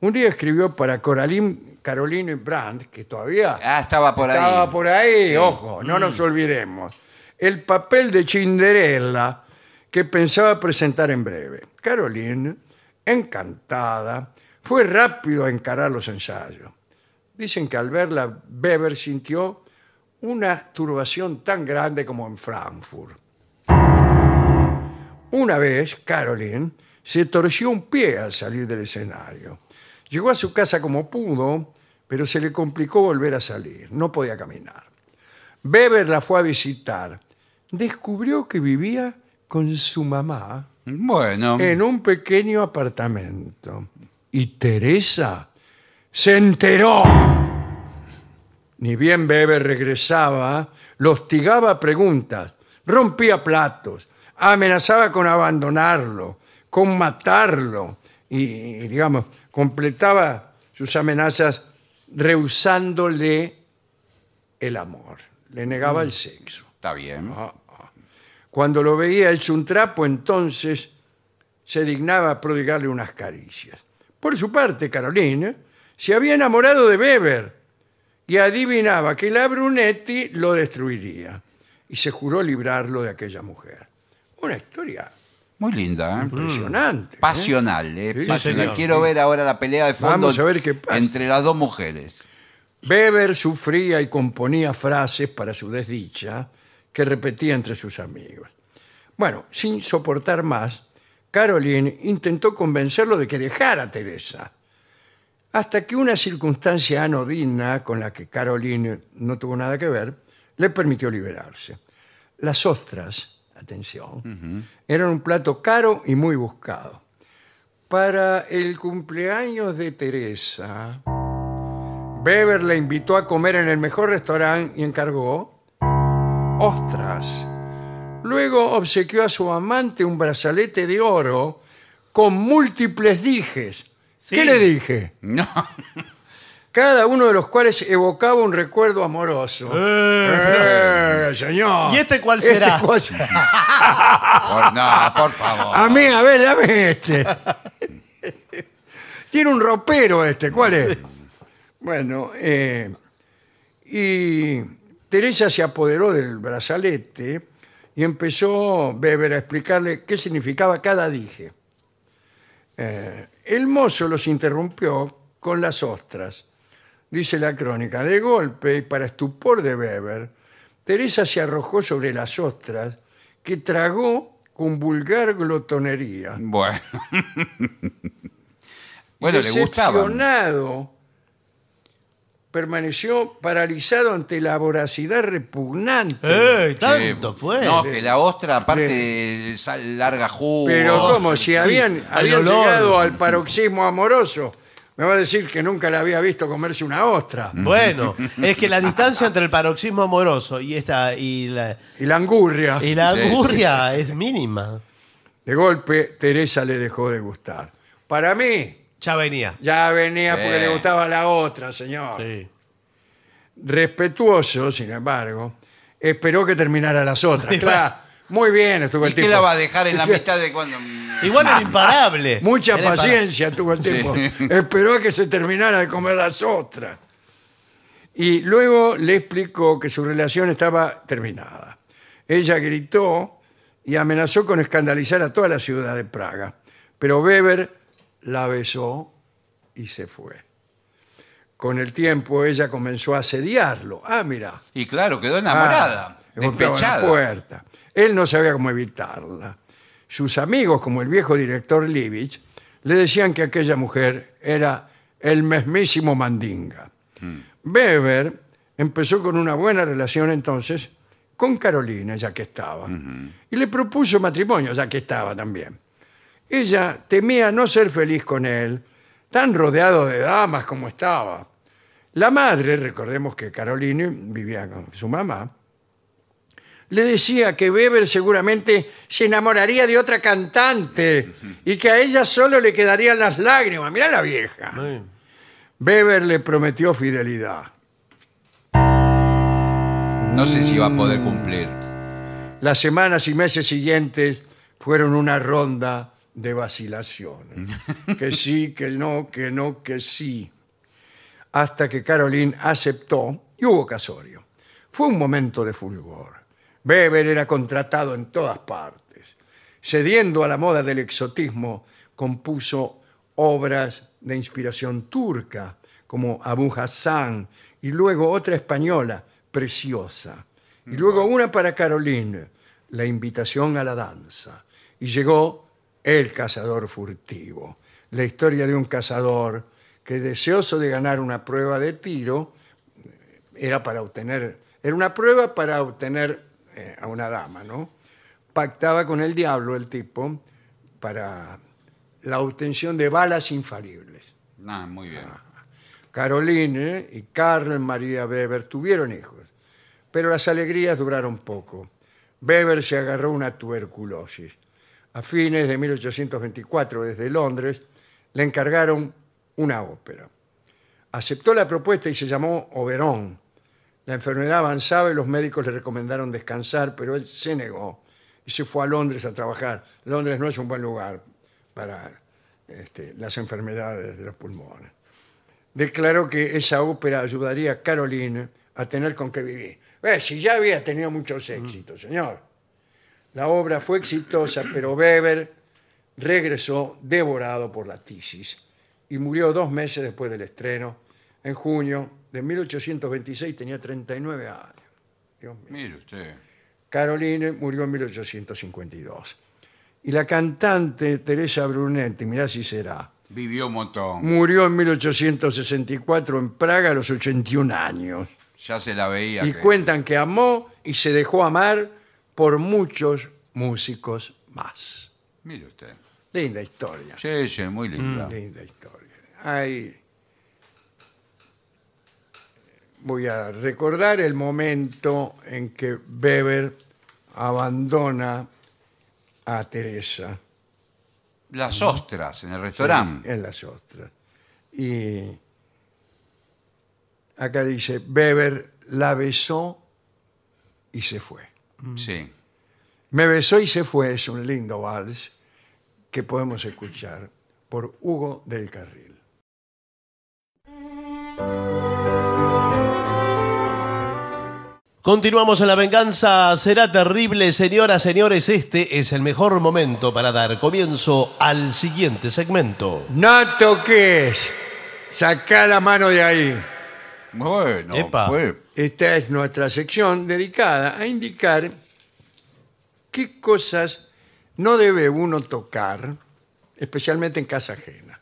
A: Un día escribió para Coraline, Caroline Brandt, que todavía
B: Ah, estaba por
A: estaba
B: ahí.
A: por ahí, ojo, no nos olvidemos. El papel de Cinderella que pensaba presentar en breve. Caroline, encantada, fue rápido a encarar los ensayos. Dicen que al verla, Weber sintió una turbación tan grande como en Frankfurt. Una vez, Caroline se torció un pie al salir del escenario. Llegó a su casa como pudo, pero se le complicó volver a salir. No podía caminar. Weber la fue a visitar. Descubrió que vivía con su mamá
B: Bueno,
A: en un pequeño apartamento. Y Teresa se enteró. Ni bien Bebe regresaba, lo hostigaba a preguntas, rompía platos, amenazaba con abandonarlo, con matarlo y, y, digamos, completaba sus amenazas rehusándole el amor, le negaba el sexo.
B: está bien.
A: Ah. Cuando lo veía hecho un trapo, entonces se dignaba a prodigarle unas caricias. Por su parte, Caroline se había enamorado de Weber y adivinaba que la Brunetti lo destruiría y se juró librarlo de aquella mujer. Una historia
B: Muy linda, ¿eh?
A: impresionante. ¿eh?
B: Pasional, ¿eh?
A: Sí,
B: Pasional.
C: señor.
B: Quiero ver ahora la pelea de fondo
A: Vamos a ver qué pasa.
B: entre las dos mujeres.
A: Weber sufría y componía frases para su desdicha que repetía entre sus amigos. Bueno, sin soportar más, Caroline intentó convencerlo de que dejara a Teresa, hasta que una circunstancia anodina con la que Caroline no tuvo nada que ver, le permitió liberarse. Las ostras, atención, eran un plato caro y muy buscado. Para el cumpleaños de Teresa, Weber la invitó a comer en el mejor restaurante y encargó ostras. Luego obsequió a su amante un brazalete de oro con múltiples dijes. ¿Qué
C: Sí.
A: le dije?
B: No,
A: Cada uno de los cuales evocaba un recuerdo amoroso.
C: Eh.
A: Eh, señor.
C: ¿Y este cuál será? <laughs>
A: cuál será?
B: por, no, por favor.
A: A mí, a ver, dame este. <laughs> Tiene un ropero este, ¿cuál
C: <laughs>
A: es? Bueno, eh, y Teresa se apoderó del brazalete y empezó Weber a explicarle qué significaba cada dije. Eh, el mozo los interrumpió con las ostras. Dice la crónica, de golpe y para estupor de Weber, Teresa se arrojó sobre las ostras que tragó con vulgar glotonería. <laughs>
B: Bueno. bueno, le gustaba.
A: Decepcionado, permaneció paralizado ante la voracidad
B: Uh.
A: repugnante.
C: ¡Eh! Tanto
A: pues.
C: fue.
B: No, que la ostra, aparte, sal- larga jugo.
A: Pero como si habían,
C: al
A: habían
C: olor.
A: llegado al paroxismo amoroso, me va a decir que nunca la había visto comerse una ostra.
B: Mm.
C: Bueno, es que la distancia entre el paroxismo amoroso y esta y la,
A: Y la angurria.
C: y la
B: Sí, sí.
C: angurria es mínima.
A: De golpe, Teresa le dejó de gustar. Para mí,
C: Ya venía.
A: ya venía
B: Sí.
A: porque le gustaba la otra, señor.
C: Sí.
A: Respetuoso, sin embargo, esperó que terminara las
B: <laughs>
A: otras. Claro, muy bien estuvo el
B: ¿Y
A: tipo.
B: qué la va a dejar
A: <laughs>
B: en la mitad de cuando.?
C: Igual era imparable.
A: Ah, Mucha
C: Era imparable.
A: paciencia tuvo el
B: Sí.
A: tipo. Esperó a que se terminara de comer las ostras. Y luego le explicó que su relación estaba terminada. ella gritó y amenazó con escandalizar a toda la ciudad de Praga. Pero Weber la besó y se fue. Con el tiempo ella comenzó a asediarlo. Ah, mira.
B: Y claro, quedó enamorada,
A: Ah, le golpeaba la
B: despechada.
A: puerta. Él no sabía cómo evitarla. Sus amigos, como el viejo director Livich, le decían que aquella mujer era el mismísimo Mandinga.
B: Hmm.
A: Weber empezó con una buena relación entonces con Carolina, ya que estaba, y le propuso matrimonio, ya que estaba también. Ella temía no ser feliz con él, tan rodeado de damas como estaba. La madre, recordemos que Caroline vivía con su mamá, le decía que Weber seguramente se enamoraría de otra cantante y que a ella solo le quedarían las lágrimas. Mirá la vieja.
C: Muy bien.
A: Weber le prometió fidelidad.
B: No sé si va a poder cumplir.
A: Las semanas y meses siguientes fueron una ronda de vacilaciones. que sí, que no, que no, que sí. Hasta que Caroline aceptó y hubo casorio. Fue un momento de fulgor. Weber era contratado en todas partes. Cediendo a la moda del exotismo, compuso obras de inspiración turca, como Abu Hassan, y luego otra española, preciosa. Y luego una para Caroline, la invitación a la danza. Y llegó El cazador furtivo, la historia de un cazador que deseoso de ganar una prueba de tiro, era para obtener, era una prueba para obtener eh, a una dama, ¿no? Pactaba con el diablo el tipo para la obtención de balas infalibles.
B: Ah, muy bien.
A: Caroline y Karl María Weber tuvieron hijos, pero las alegrías duraron poco. Weber se agarró una tuberculosis. A fines de 1824, desde Londres, le encargaron una ópera. Aceptó la propuesta y se llamó Oberón. La enfermedad avanzaba y los médicos le recomendaron descansar, pero él se negó y se fue a Londres a trabajar. Londres no es un buen lugar para este, las enfermedades de los pulmones declaró que esa ópera ayudaría a Caroline a tener con qué vivir. Eh, si ya había tenido muchos éxitos, señor. La obra fue exitosa, pero Weber regresó devorado por la tisis y murió dos meses después del estreno, en junio de 1826, tenía 39 años. Dios mío.
B: Mire usted.
A: Caroline murió en 1852. Y la cantante Teresa Brunetti, mirá si será,
B: Vivió un montón.
A: Murió en 1864 en Praga a los 81 años.
B: Ya se la veía.
A: Y
B: que-
A: cuentan que amó y se dejó amar por muchos músicos más.
B: Mire usted.
A: Linda historia.
B: Sí, sí, muy linda.
A: Linda historia. Ahí voy a recordar el momento en que Weber abandona a Teresa.
B: Las ostras en el restaurante.
A: en las ostras. Y acá dice, Weber la besó y se fue.
B: Sí.
A: Me besó y se fue es un lindo vals que podemos escuchar por Hugo del Carril.
C: Continuamos en la venganza. Será terrible, señoras, señores. Este es el mejor momento para dar comienzo al siguiente segmento.
A: No toques, saca la mano de ahí.
B: Bueno,
C: Epa.
B: fue-
A: Esta es nuestra sección dedicada a indicar qué cosas no debe uno tocar, especialmente en casa ajena.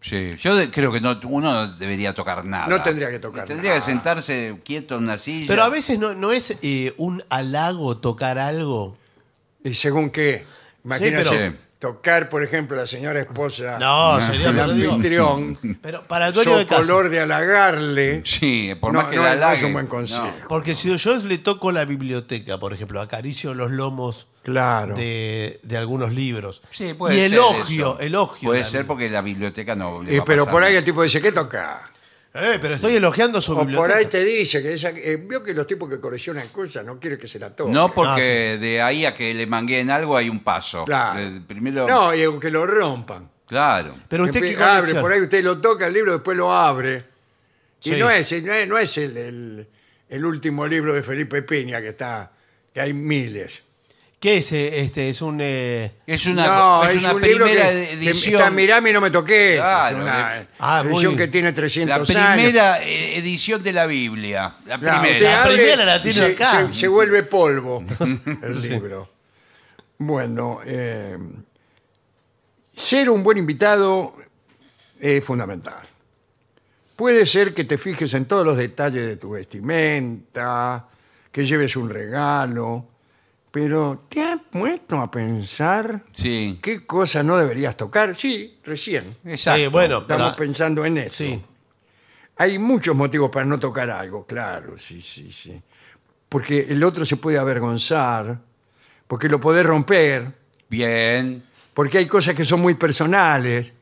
B: sí. Yo de- creo que no, uno no debería tocar nada.
A: No tendría que tocar
B: Tendría
A: nada.
B: que sentarse quieto en una silla.
C: Pero a veces no, no es eh, un halago tocar algo.
A: ¿Y según qué? Imagínate
B: pero-
A: tocar, por ejemplo, la señora esposa
C: No, señor,
A: del
C: pero digo-
A: anfitrión,
C: Pero para el dueño
A: su
C: de casa.
A: color de halagarle.
B: Sí, por
A: No,
B: más que
A: no,
B: la
A: no es
B: halague,
A: un buen consejo.
C: Porque si yo le toco la biblioteca, por ejemplo, acaricio los lomos
A: Claro.
C: de, de algunos libros.
B: Sí, puede
C: y
B: ser
C: elogio,
B: eso.
C: elogio.
B: Puede
C: también.
B: ser porque la biblioteca no. le
A: Y
B: va a
A: Eh, pero
B: pasar
A: por ahí
B: nada.
A: el tipo dice, ¿qué toca?
C: Eh, pero estoy elogiando su
A: O por
C: biblioteca.
A: ahí te dice que esa- eh, vio que los tipos que coleccionan cosas no quieren que se la toquen.
B: No, porque de ahí a que le mangueen algo hay un paso.
A: Ah, Claro.
B: Eh, Primero.
A: No, y que lo rompan.
B: Claro.
C: Pero usted
A: Empie-
C: qué
A: abre,
C: colecciona?
A: por ahí usted lo toca el libro, después lo abre.
C: Sí.
A: Y no es, no es, no es el, el- el último libro de Felipe Piña que está que hay miles.
C: ¿Qué es eh, este? Es un. eh,
B: Es una,
A: no,
B: es una
A: un libro
B: primera
A: que- que
B: edición.
A: está, mirame y no me toqué.
B: Claro, eh.
A: es una
C: ah, muy
A: edición
C: bien.
A: que tiene
B: la
A: 300 años.
B: primera eh, edición de la Biblia. La
A: Claro,
B: primera.
A: usted abre
C: primera la
A: y
C: tiene
A: se,
C: acá.
A: Se, se vuelve
C: <laughs>
A: polvo el libro. Bueno, eh, ser un buen invitado es fundamental. Puede ser que te fijes en todos los detalles de tu vestimenta, que lleves un regalo, pero ¿te has puesto a pensar
B: Sí,
A: qué cosa no deberías tocar? Sí, recién.
B: exacto.
C: eh, bueno, pero-
A: Estamos pensando en eso.
C: Sí.
A: Hay muchos motivos para no tocar algo, claro, sí, sí, sí. Porque el otro se puede avergonzar, porque lo podés romper,
B: Bien.
A: porque hay cosas que son muy personales.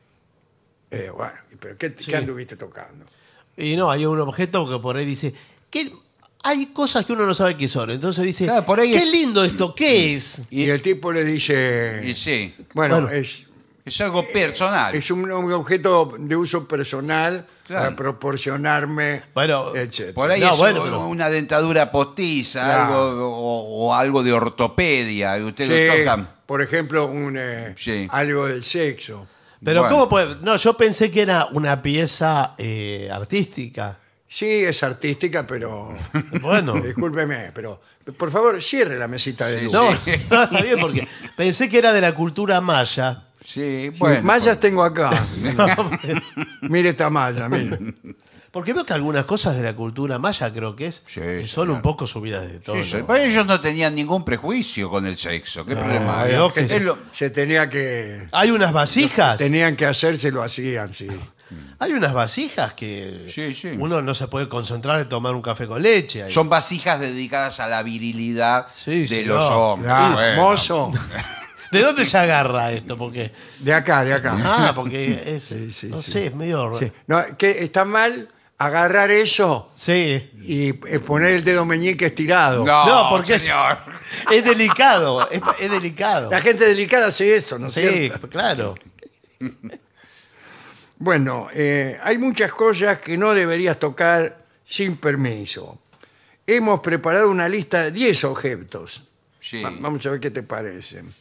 A: Eh, bueno, pero ¿qué, qué
C: Sí.
A: anduviste tocando?
C: Y no, hay un objeto que por ahí dice. ¿qué- Hay cosas que uno no sabe qué son. Entonces dice.
B: Claro, por ahí
C: qué
B: es- Mm.
C: lindo esto, ¿qué es?
A: Y, el tipo le dice,
B: Y sí,
A: bueno,
C: Bueno.
A: es,
B: es algo personal.
A: es un, un objeto de uso personal
B: Claro.
A: para proporcionarme,
C: Bueno,
A: etcétera.
B: Por ahí
C: No,
B: es
C: bueno,
B: un-
C: pero-
B: una dentadura postiza
A: Claro.
B: algo, o, o algo de ortopedia. y Usted
A: Sí,
B: lo toca.
A: por ejemplo, un, eh,
B: Sí.
A: algo del sexo.
C: Pero
B: Bueno.
C: ¿cómo puede.? No, yo pensé que era una pieza eh, artística.
A: Sí, es artística,
B: <laughs>
A: pero
C: Bueno.
A: Discúlpeme, pero por favor cierre la mesita de
B: Sí,
A: luz.
C: No, <laughs>
B: Sí.
C: no, está bien, porque pensé que era de la cultura maya.
A: Sí,
B: Sí, bueno.
A: mallas tengo
B: <laughs>
A: acá. <laughs> mire esta malla, mire.
C: Porque veo que algunas cosas de la cultura maya creo que es
B: Sí,
C: son
B: señor.
C: un poco subidas de
B: Sí,
C: todo.
B: sí, pero ellos no tenían ningún prejuicio con el sexo. ¿Qué problema?
A: Ay,
B: hay?
C: Dios, que
B: Es
A: se,
B: lo-
A: se tenía que
C: Hay unas vasijas.
A: tenían que hacer, se lo hacían, sí.
C: Hay unas vasijas que
B: Sí, sí.
C: uno no se puede concentrar en tomar un café con leche. ahí.
B: Son vasijas dedicadas a la virilidad
C: Sí,
B: de
C: sí,
B: los
C: no.
B: hombres.
A: Ah,
B: Bueno. <laughs>
A: Mozo,
C: ¿De dónde se agarra esto? Porque
A: de acá, de acá.
C: ah, porque
A: <laughs>
C: es
A: Sí, sí,
C: no
A: sí.
C: sé, es medio
A: Sí. No, que está mal agarrar eso
C: Sí.
A: y eh, poner el dedo meñique estirado.
B: No,
C: No, porque es-
B: señor.
C: Es delicado, es, es delicado.
A: La gente delicada hace eso, ¿no es
C: Sí,
A: cierto?
C: claro.
A: Bueno, eh, hay muchas cosas que no deberías tocar sin permiso. Hemos preparado una lista de 10 objetos.
B: Sí.
A: Va- Vamos a ver qué te parecen.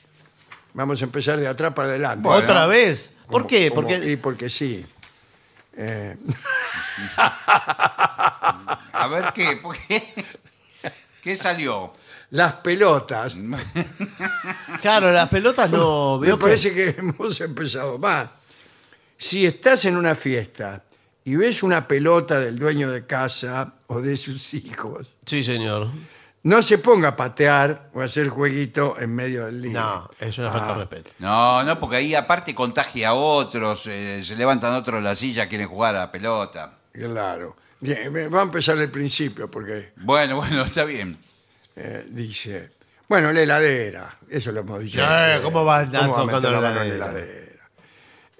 A: Vamos a empezar de atrás para adelante.
B: Bueno.
C: Otra vez. ¿Por
A: Como-
C: qué?
A: como-
C: Porque
A: Y porque sí. Eh,
B: A ver qué. ¿Por qué? <laughs> ¿Qué salió?
A: las pelotas.
C: Claro, las pelotas no
A: <laughs> Me
C: veo.
A: parece que hemos empezado más. Si estás en una fiesta y ves una pelota del dueño de casa o de sus hijos,
C: que- Sí, señor.
A: no se ponga a patear o a hacer jueguito en medio del día.
C: No, es una
A: Ah.
C: falta de respeto.
B: No, no, porque ahí aparte contagia a otros, eh, se levantan otros de la silla, quieren jugar a la pelota.
A: Claro. Bien, me- va a empezar el principio porque
B: Bueno, <laughs> bueno, está bien.
A: eh, dice. Bueno, la heladera. Eso lo hemos dicho.
C: Eh, ¿cómo va a andar
A: ¿Cómo va
C: tocando
A: meter
C: la
A: mano en
C: heladera?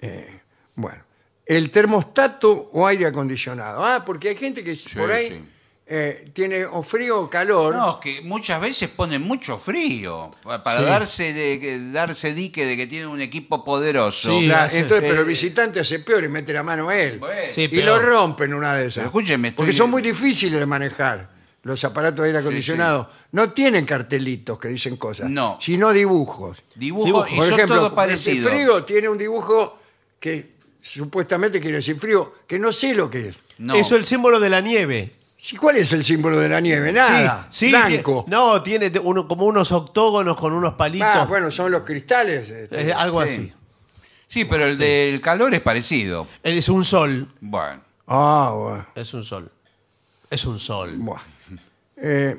A: Eh, bueno. El termostato o aire acondicionado. Ah, porque hay gente que por ahí
B: sí.
A: eh, tiene o frío o calor.
B: No, es que muchas veces ponen mucho frío pa- para darse de, que- darse dique de que tiene un equipo poderoso.
C: Sí.
A: Claro,
C: sí.
A: entonces, pero el
B: Eh,
A: visitante hace peor y mete la mano él.
B: Bueno,
C: Sí,
A: y
C: peor.
A: lo rompen una de esas.
B: Pero escúcheme, estoy-
A: Porque son muy difíciles de manejar los aparatos de aire acondicionado. No tienen cartelitos que dicen cosas,
B: No.
A: sino dibujos.
B: Dibujo,
C: Dibujo.
B: y
A: Por
B: son
A: ejemplo,
B: todos
A: el
B: parecidos.
A: frío tiene un dibujo que supuestamente quiere decir frío, que no sé lo que es.
B: No.
C: Eso es el símbolo de la nieve.
A: Si- ¿Cuál es el símbolo de la nieve? Nada.
C: Sí, sí,
A: Blanco.
C: tiene- no, tiene te- uno, como unos octógonos con unos palitos.
A: Ah, bueno, son los cristales. este.
C: eh, algo
B: Sí.
C: así.
B: Sí, pero el del calor es parecido.
C: Él Es un sol.
B: Bueno,
A: Ah, bueno.
C: Es un sol. Es un sol.
A: Buah. Eh,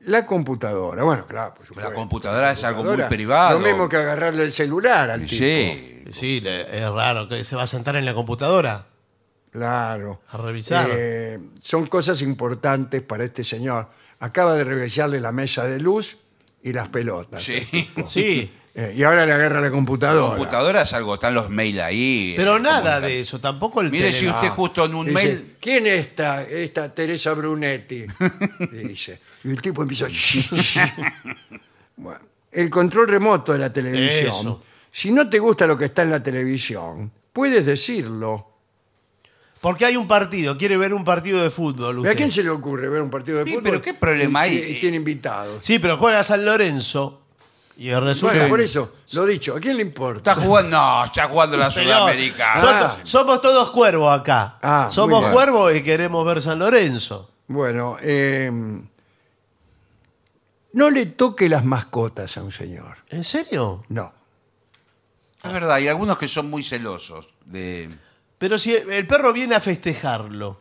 A: la computadora, bueno, claro, por
B: la
A: supuesto.
B: computadora es algo muy
A: Computadora,
B: privado.
A: Lo mismo que agarrarle el celular al tipo.
B: Sí.
C: Sí, le- es raro que se va a sentar en la computadora.
A: Claro.
C: A revisar.
A: Eh, son cosas importantes para este señor. Acaba de revisarle la mesa de luz y las pelotas.
B: Sí.
A: <laughs>
C: Sí.
A: Eh, y ahora le agarra la computadora.
B: Computadora es algo, están los mail ahí.
C: Pero
B: eh,
C: nada
B: comunicar.
C: de eso, tampoco el
B: Mire si
C: teléfono.
B: usted justo en un
A: Ah. Dice,
B: mail.
A: ¿Quién es esta, esta Teresa
B: <laughs>
A: Brunetti? Dice. Y el tipo empieza. <laughs> Bueno, el control remoto de la televisión.
C: Eso.
A: Si no te gusta lo que está en la televisión, puedes decirlo.
C: Porque hay un partido, quiere ver un partido de fútbol.
A: ¿A
C: usted.
A: quién se le ocurre ver un partido de
B: Sí,
A: fútbol?
B: pero ¿qué problema
A: Y-
B: hay?
A: Y tiene invitados.
C: Sí, pero juega San Lorenzo y resulta.
A: Bueno, por eso, lo dicho, ¿a quién le importa?
B: Está jugando, no, está jugando
C: <laughs>
B: la
C: Señor,
B: Sudamericana.
C: nosotros somos todos cuervos acá.
A: Ah, muy
C: somos
A: bien.
C: cuervos y queremos ver San Lorenzo.
A: Bueno, eh, no le toque las mascotas a un señor.
C: ¿En serio?
A: No.
B: Es verdad, hay algunos que son muy celosos. De...
C: Pero si el perro viene a festejarlo,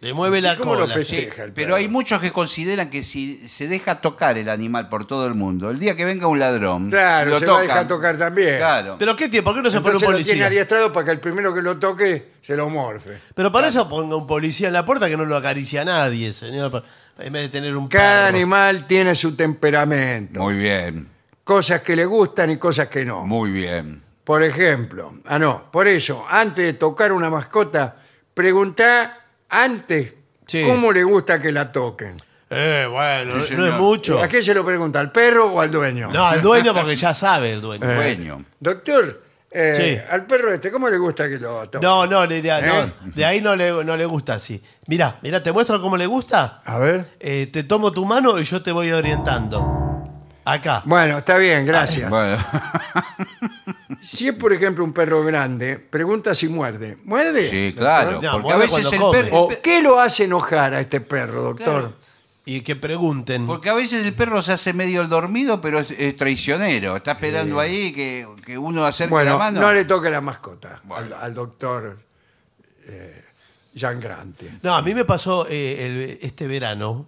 C: le mueve la
A: cómo lo
C: cola.
A: festeja?
C: sí.
A: Deja el
B: Pero
A: perro.
B: hay muchos que consideran que si se deja tocar el animal por todo el mundo, el día que venga un ladrón,
A: Claro,
B: lo
A: se
B: tocan.
A: va a dejar tocar también.
B: Claro.
C: ¿Pero qué tiene? ¿Por qué no se
A: Entonces
C: pone un
A: lo tiene
C: policía?
A: adiestrado para que el primero que lo toque se lo morfe.
C: Pero para eso ponga un policía en la puerta que no lo acaricia a nadie, señor. En vez de tener un
A: Cada
C: perro.
A: animal tiene su temperamento,
B: Muy bien,
A: cosas que le gustan y cosas que no.
B: muy bien.
A: Por ejemplo, ah no, por eso, antes de tocar una mascota, preguntá antes
C: Sí.
A: cómo le gusta que la toquen.
C: Eh, bueno,
B: Sí,
C: no es
B: señor.
C: mucho.
A: ¿A qué se lo pregunta? ¿Al perro o al dueño?
C: No, al dueño porque ya sabe el
B: Eh,
A: Eh.
C: dueño.
B: Dueño.
A: Doctor, eh,
C: Sí.
A: al perro este, ¿cómo le gusta que lo toquen?
C: No, no, de, de-
A: ¿Eh?
C: no, de ahí no le, no le gusta así. Mirá, mirá, te muestro cómo le gusta.
A: A ver.
C: Eh, te tomo tu mano y yo te voy orientando. Acá.
A: Bueno, está bien, gracias.
B: Bueno, <laughs>
A: Si es, por ejemplo, un perro grande, pregunta si muerde. ¿Muerde?
B: sí, claro.
C: No,
B: porque a
C: muerde
B: veces
C: cuando
B: el
C: come.
B: perro.
A: ¿O qué lo hace enojar a este perro, doctor?
B: Claro.
C: Y que pregunten.
B: Porque a veces el perro se hace medio el dormido, pero es, es traicionero. Está esperando ahí que, que uno acerque la
A: Bueno,
B: mano.
A: no le toque la mascota
B: Bueno.
A: al, al doctor eh, Jean Grante.
C: No, a mí me pasó eh, el- este verano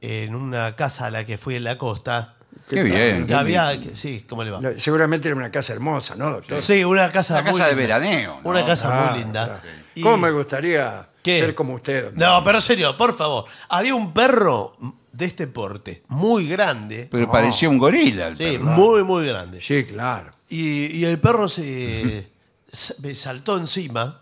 C: en una casa a la que fui en la costa.
B: Qué bien.
C: que había, que- sí, ¿cómo le va?
A: No, Seguramente era una casa hermosa, ¿no, doctor?
C: Sí, una casa
B: Una
C: muy
B: casa de
C: linda.
B: veraneo. ¿no?
C: Una casa
A: Ah,
C: muy linda.
A: claro.
C: Y-
A: ¿Cómo me gustaría
C: ¿Qué?
A: ser como usted? doctor?
C: No, pero en serio, por favor. Había un perro de este porte, muy grande.
B: Pero parecía un gorila. el
C: Sí,
B: perro.
C: muy, muy grande.
A: Sí, claro.
C: Y, y el perro se, <laughs> se- me saltó encima.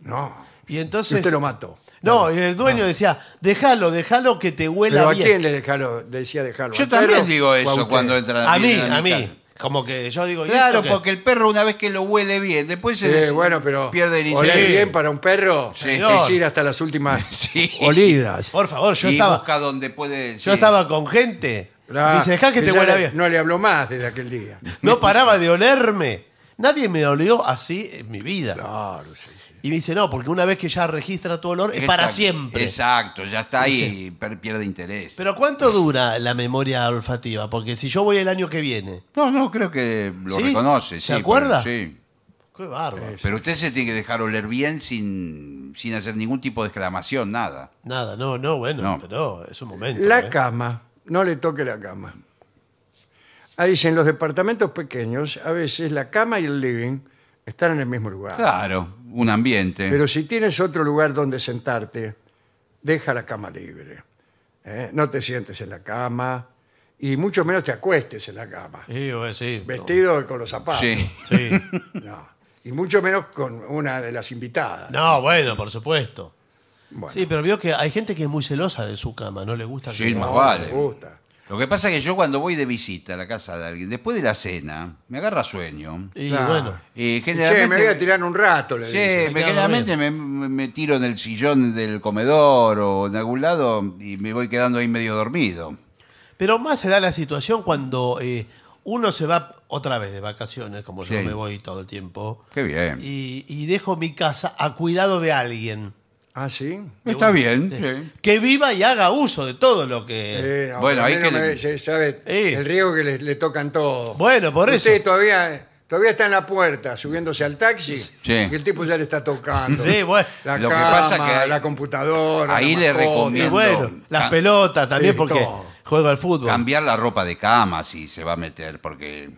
A: No.
C: Y
A: Y
C: entonces.
A: usted lo mató. Ah.
C: No, y el dueño decía: déjalo, déjalo que te huela
A: ¿Pero a
C: bien.
A: quién le dejaron- decía dejarlo?
B: Yo
A: ¿Al perro
B: también digo
A: o a usted?
B: eso cuando entra.
C: a mí,
B: viene
C: a
B: mi
C: mí.
B: casa.
C: Como que yo digo: ¿y
B: Claro,
C: esto qué?
B: porque el perro una vez que lo huele bien, después se
A: Sí,
B: des-
A: bueno, pero
B: pierde el
A: oler
B: interés.
A: bien para un perro
B: Sí.
A: es ir hasta las últimas
B: <laughs> Sí.
A: olidas.
C: Por favor, yo
B: y
C: estaba.
B: busca donde puede.
C: Yo estaba con gente.
A: Claro.
C: Me dice: dejá que
A: Y
C: te
A: ya
C: huela
A: le-
C: bien. No,
A: No le habló más desde aquel
C: <laughs>
A: día.
C: paraba de olerme. Nadie me olió así en mi vida.
A: Claro, sí.
C: Y me dice: no, porque una vez que ya registra tu olor, es para siempre.
B: Exacto, ya está ahí y per- pierde interés.
C: Pero ¿cuánto dura la memoria olfativa? Porque si yo voy el año que viene.
B: no, no, creo que lo
C: ¿Sí?
B: reconoce.
C: ¿Se
B: sí, pero-
C: acuerda?
B: sí.
C: Qué bárbaro.
B: Pero usted se tiene que dejar oler bien sin, sin hacer ningún tipo de exclamación, nada.
C: Nada, no, no, bueno,
B: No.
C: pero es un momento.
A: La
C: ¿eh?
A: cama, no le toque la cama. Ahí dicen, los departamentos pequeños, a veces la cama y el living están en el mismo lugar.
B: Claro, un ambiente.
A: Pero si tienes otro lugar donde sentarte, deja la cama libre. ¿eh? No te sientes en la cama y mucho menos te acuestes en la cama,
C: Sí, bueno, sí.
A: vestido con los zapatos.
B: sí.
C: Sí.
A: <laughs> No. Y mucho menos con una de las invitadas.
C: No, bueno, por supuesto.
A: Bueno,
C: Sí, pero vio que hay gente que es muy celosa de su cama, no le gusta
B: Sí,
C: que...
B: más
A: no,
B: vale.
A: me gusta.
B: Lo que pasa es que yo cuando voy de visita a la casa de alguien, después de la cena, me agarra sueño.
C: Y
A: Claro.
C: bueno,
B: Y generalmente.
A: Che, me voy a tirar un rato, le
B: Sí,
A: dije.
B: me- generalmente me, me- me tiro en el sillón del comedor o en algún lado y me voy quedando ahí medio dormido.
C: pero más se da la situación cuando eh, uno se va otra vez de vacaciones, como yo
B: Sí.
C: me voy todo el tiempo,
B: Qué bien.
C: y, y dejo mi casa a cuidado de alguien
A: Ah, sí.
B: Está bien. sí.
C: que viva y haga uso de todo lo que...
A: Eh, no,
B: Bueno,
A: por
B: hay
A: lo menos
B: que le-
A: me- se- sabe
C: Eh.
A: el riesgo que le, le tocan todo.
C: Bueno, por
A: Usted
C: eso.
A: todavía todavía está en la puerta subiéndose al taxi
B: Sí.
A: y el tipo ya le está tocando.
C: Sí, bueno.
A: La
B: Lo que
A: cama,
B: pasa que hay-
A: la computadora.
B: ahí
A: la
B: le
A: mascota.
C: Y
B: recomiendo-
C: bueno, las
B: Ah.
C: pelotas también,
A: Sí,
C: porque
A: todo.
C: juego al fútbol.
B: Cambiar la ropa de cama si se va a meter, porque.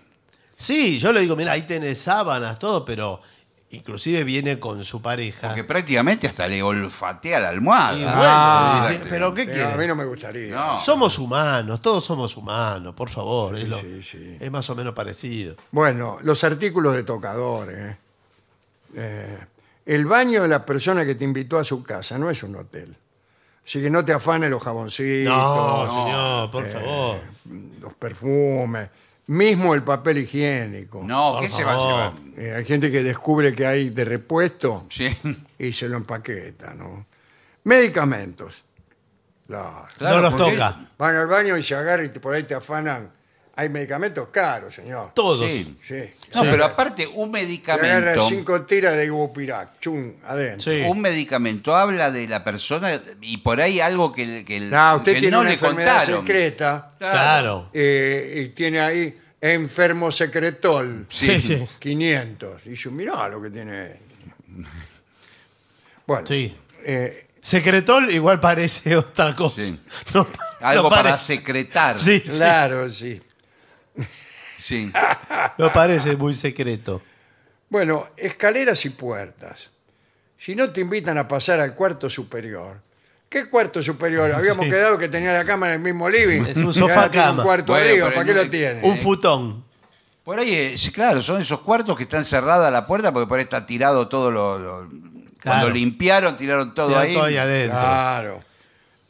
C: Sí, yo le digo, mira, ahí tenés sábanas, todo, pero inclusive viene con su pareja.
B: Porque prácticamente hasta le olfatea la almohada.
C: Y
A: Ah,
C: bueno, dice, pero ¿qué
A: Pero
C: quiere?
A: a mí no me gustaría.
B: No.
C: Somos humanos, todos somos humanos, por favor. es, lo-
A: sí, sí.
C: es más o menos parecido.
A: Bueno, los artículos de tocadores. ¿eh? Eh, el baño de la persona que te invitó a su casa no es un hotel. Así que no te afanes los jaboncitos.
C: No, señor, por favor.
A: los perfumes. mismo el papel higiénico.
B: No,
C: Por
B: ¿qué se va a
C: favor.
B: llevar?
A: Eh, hay gente que descubre que hay de repuesto
B: Sí.
A: y se lo empaqueta, ¿no? Medicamentos. Claro.
B: Claro,
C: no nos
B: porque-
C: toca.
A: Van al baño y se agarran y te- por ahí te afanan. Hay medicamentos caros, señor.
C: Todos.
B: Sí.
A: Sí.
B: No,
C: Sí.
B: pero aparte, un
A: Te agarra
B: medicamento.
A: cinco tiras de Ibupirac, chum, adentro.
C: Sí.
B: Un medicamento habla de la persona y por ahí algo que, que-
A: No, usted
B: que
A: tiene
B: no
A: una
B: le
A: enfermedad
B: contaron.
A: secreta
C: Claro.
A: eh, y tiene ahí enfermo secretol
B: Sí.
C: Sí, sí.
A: 500. Y yo, mirá lo que tiene. Bueno,
C: Sí.
A: eh,
C: Secretol igual parece <laughs> otra cosa.
B: Sí.
C: No-
B: Algo
C: no
B: para
C: parece-
B: secretar.
C: <laughs> Sí, sí.
A: claro, sí.
B: Sí.
C: No parece muy secreto.
A: Bueno, escaleras y puertas. Si no te invitan a pasar al cuarto superior. ¿Qué cuarto superior? Habíamos
C: <laughs> Sí.
A: quedado que tenía la cama en el mismo living.
C: Es un
A: Y ahora
C: sofá
A: tiene Un
C: cama.
A: cuarto
B: Bueno,
A: arriba,
B: pero
A: ¿para qué
B: no-
A: lo tiene?
C: Un futón.
B: Por ahí, eh, sí, claro, son esos cuartos que están cerrada la puerta porque por ahí está tirado todo lo. lo-
C: Claro.
B: Cuando limpiaron, tiraron todo
C: Queda
B: ahí.
C: todo ahí adentro.
A: Claro.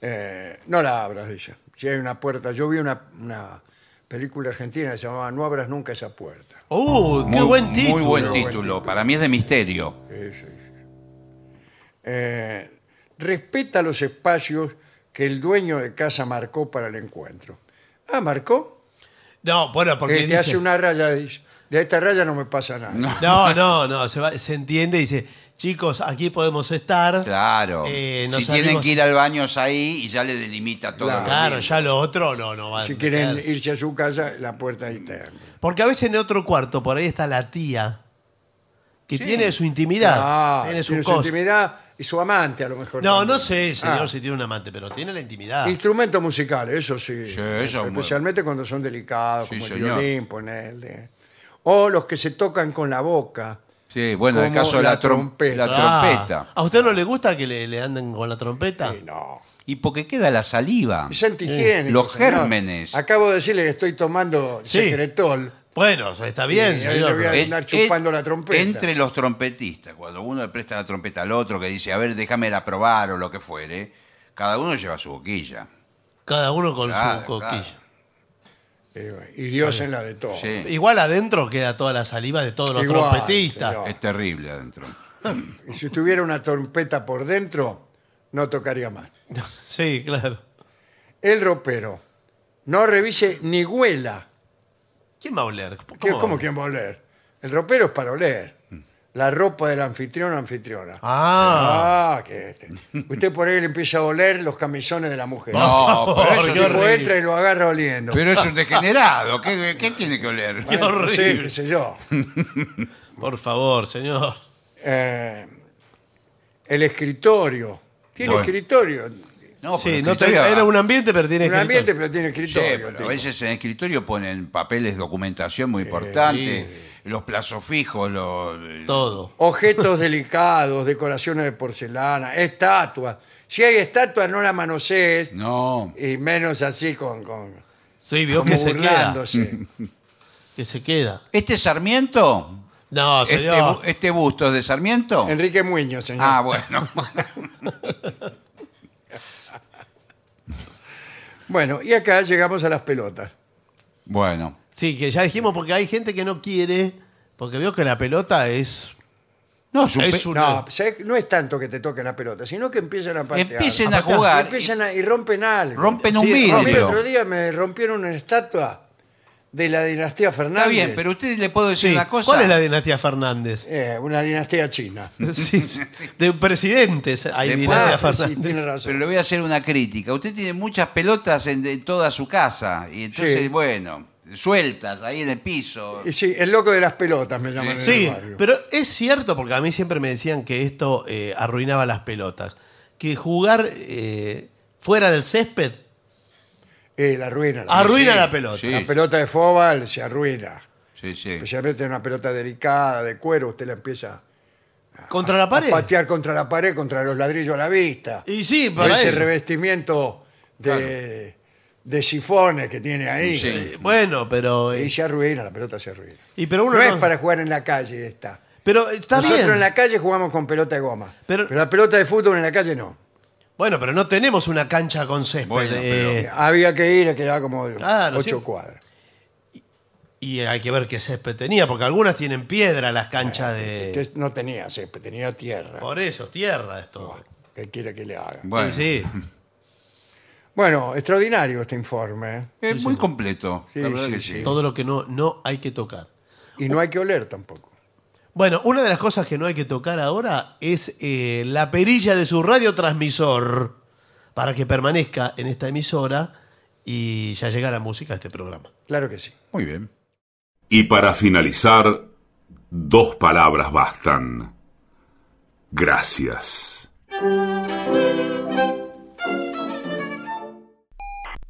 A: Eh, no la abras, dice. Si hay una puerta. Yo vi una, una película argentina que se llamaba No abras nunca esa puerta.
C: Uh, qué
B: Muy-
C: buen título.
B: Muy buen título. Para mí es de misterio.
A: Sí, sí, sí. Eh, respeta los espacios que el dueño de casa marcó para el encuentro. Ah, marcó.
C: No, bueno,
A: Porque
C: porque dice...
A: Eh, hace una raya. dice, De esta raya no me pasa nada.
C: No, no, no. Se, va- se entiende y dice, chicos, aquí podemos estar.
B: Claro.
C: Eh, nos
B: si tienen
C: salimos-
B: que ir al baño es ahí y ya le delimita todo.
A: Claro.
B: lo
C: Claro,
B: que-
C: ya lo otro no, no va a
A: Si quieren
C: meterse.
A: irse a su casa, la puerta ahí está.
C: Porque a veces en otro cuarto, por ahí está la tía, que
B: Sí.
C: tiene su intimidad,
A: Ah,
C: tiene su
A: tiene su
C: cosa.
A: intimidad y su amante, a lo mejor.
C: No,
A: también.
C: no sé, señor,
A: Ah.
C: si tiene un amante, pero tiene la intimidad.
A: Instrumentos musicales, eso sí.
B: Sí, eso es muy-
A: Especialmente cuando son delicados,
B: Sí,
A: como el
B: señor.
A: violín, ponerle. O los que se tocan con la boca.
B: Sí, bueno, en el
A: Como
B: caso de la,
A: la
B: trom-
A: trompeta.
B: la
C: Ah,
B: trompeta.
C: ¿A usted no le gusta que le, le anden con la trompeta?
A: Y no.
B: Y porque queda la saliva.
A: Es antihigiénico.
B: Los
A: señor.
B: gérmenes.
A: Acabo de decirle que estoy tomando
C: Sí.
A: secretol.
C: Bueno, está bien,
A: Sí, ahí
C: señor.
A: le voy a-
C: pero-
A: andar chupando la trompeta.
B: Eh, Entre los trompetistas, cuando uno le presta la trompeta al otro que dice, a ver, déjamela probar o lo que fuere, cada uno lleva su boquilla.
C: Cada uno con
B: Claro,
C: su coquilla.
A: Eh, Y Dios en la de todo.
B: Sí.
C: Igual adentro queda toda la saliva de todos los
A: Igual,
C: trompetistas.
A: señor.
B: Es terrible adentro.
A: Y si tuviera una trompeta por dentro, no tocaría más.
C: Sí, claro.
A: El ropero. No revise ni huela.
C: ¿Quién va a oler? ¿Cómo
A: ¿Qué-
C: va a
A: ¿Cómo
C: oler?
A: quién va a oler? El ropero es para oler. La ropa del anfitrión o anfitriona.
C: Ah,
A: Ah, que este. Usted por ahí le empieza a oler los camisones de la mujer.
B: No,
C: favor,
A: El
B: pero,
C: qué
B: eso es,
A: tipo
C: horrible.
A: entra y lo agarra oliendo.
B: pero es un degenerado. ¿Qué, qué tiene que oler?
C: Qué
A: No sé,
C: horrible.
A: qué sé yo.
C: por favor, señor.
A: Eh, el escritorio. Tiene
B: Bueno.
A: escritorio. Un
B: No, pero
C: Sí, no te-
B: escritorio-
C: era un ambiente, pero tiene escritorio.
A: ambiente, pero tiene
B: Sí,
A: escritorio.
B: pero
A: tipo.
B: a veces en el escritorio ponen papeles, documentación muy importante, los plazos fijos, los...
C: Todo.
A: Objetos delicados, decoraciones de porcelana, estatuas. Si hay estatuas, no la manosees.
B: No.
A: Y menos así con, con
C: Sí, vio
A: como
C: que se queda.
B: <laughs>
A: burlándose.
C: Que se queda.
B: ¿Este Sarmiento?
C: No,
B: Este,
C: señor.
B: bu- ¿Este busto es de Sarmiento?
A: Enrique Muñoz, señor.
B: Ah, bueno. <laughs>
A: Bueno, y acá llegamos a las pelotas.
B: bueno.
C: Sí, que ya dijimos porque hay gente que no quiere, porque veo que la pelota es...
B: No, es un
C: Es
B: pe-
C: un-
A: No, ¿sabes? no es tanto que te toquen la pelota, sino que empiezan a patear.
B: Empiecen a
A: Patear.
B: jugar.
A: Empiezan a- y rompen algo.
B: Rompen un
C: Sí,
A: Ah, mira,
B: vidrio.
A: otro día me rompieron una estatua de la dinastía Fernández.
B: Está bien, pero usted le puedo decir
C: Sí.
B: una cosa.
C: ¿Cuál es la dinastía Fernández?
A: <laughs> Eh, una dinastía china.
C: Sí, sí. De presidentes hay
B: De-
C: dinastía
A: Ah, sí,
C: Fernández.
A: tiene razón.
B: Pero le voy a hacer una crítica. Usted tiene muchas pelotas en, en toda su casa. Y entonces,
A: Sí.
B: bueno, sueltas ahí en el piso.
A: Y Sí, el loco de las pelotas me llaman en el
C: Sí,
A: barrio.
C: pero es cierto, porque a mí siempre me decían que esto eh, arruinaba las pelotas. Que jugar eh, fuera del césped
A: Eh, la arruina. La,
C: arruina
B: sí,
C: la pelota.
B: sí.
A: la pelota de fóbal se arruina.
B: Sí, sí.
A: Especialmente una pelota delicada, de cuero, usted la empieza
C: ¿Contra la
A: a
C: pared?
A: patear contra la pared, contra los ladrillos a la vista.
C: Y sí, para
A: ese
C: eso.
A: revestimiento de, de sifones que tiene ahí.
B: Sí.
C: Bueno, pero... eh,
A: Y se arruina, la pelota se arruina.
C: y pero
A: No,
C: uno
A: es para jugar en la calle esta.
C: Pero está
A: Nosotros
C: bien.
A: en la calle jugamos con pelota de goma. Pero,
C: Pero-
A: la pelota de fútbol en la calle no.
C: Bueno, pero no tenemos una cancha con césped.
B: Bueno,
C: eh,
A: Había que ir, quedaba como
C: Claro,
A: ocho
C: sí.
A: cuadras.
C: Y hay que ver qué césped tenía, porque algunas tienen piedra las canchas de...
A: Que no tenía césped, tenía tierra.
C: Por eso, es tierra esto.
A: ¿Qué quiere que le haga?
B: Bueno,
C: Sí, sí.
A: Bueno, extraordinario este informe.
B: es muy completo,
A: Sí,
B: la verdad
A: sí,
B: que
A: sí.
B: <laughs> sí.
C: Todo lo que no, no hay que tocar.
A: Y no hay que oler tampoco.
C: Bueno, una de las cosas que no hay que tocar ahora es eh, la perilla de su radiotransmisor para que permanezca en esta emisora y ya llega la música a este programa.
A: Claro que sí.
B: Muy bien.
E: Y para finalizar, dos palabras bastan. Gracias.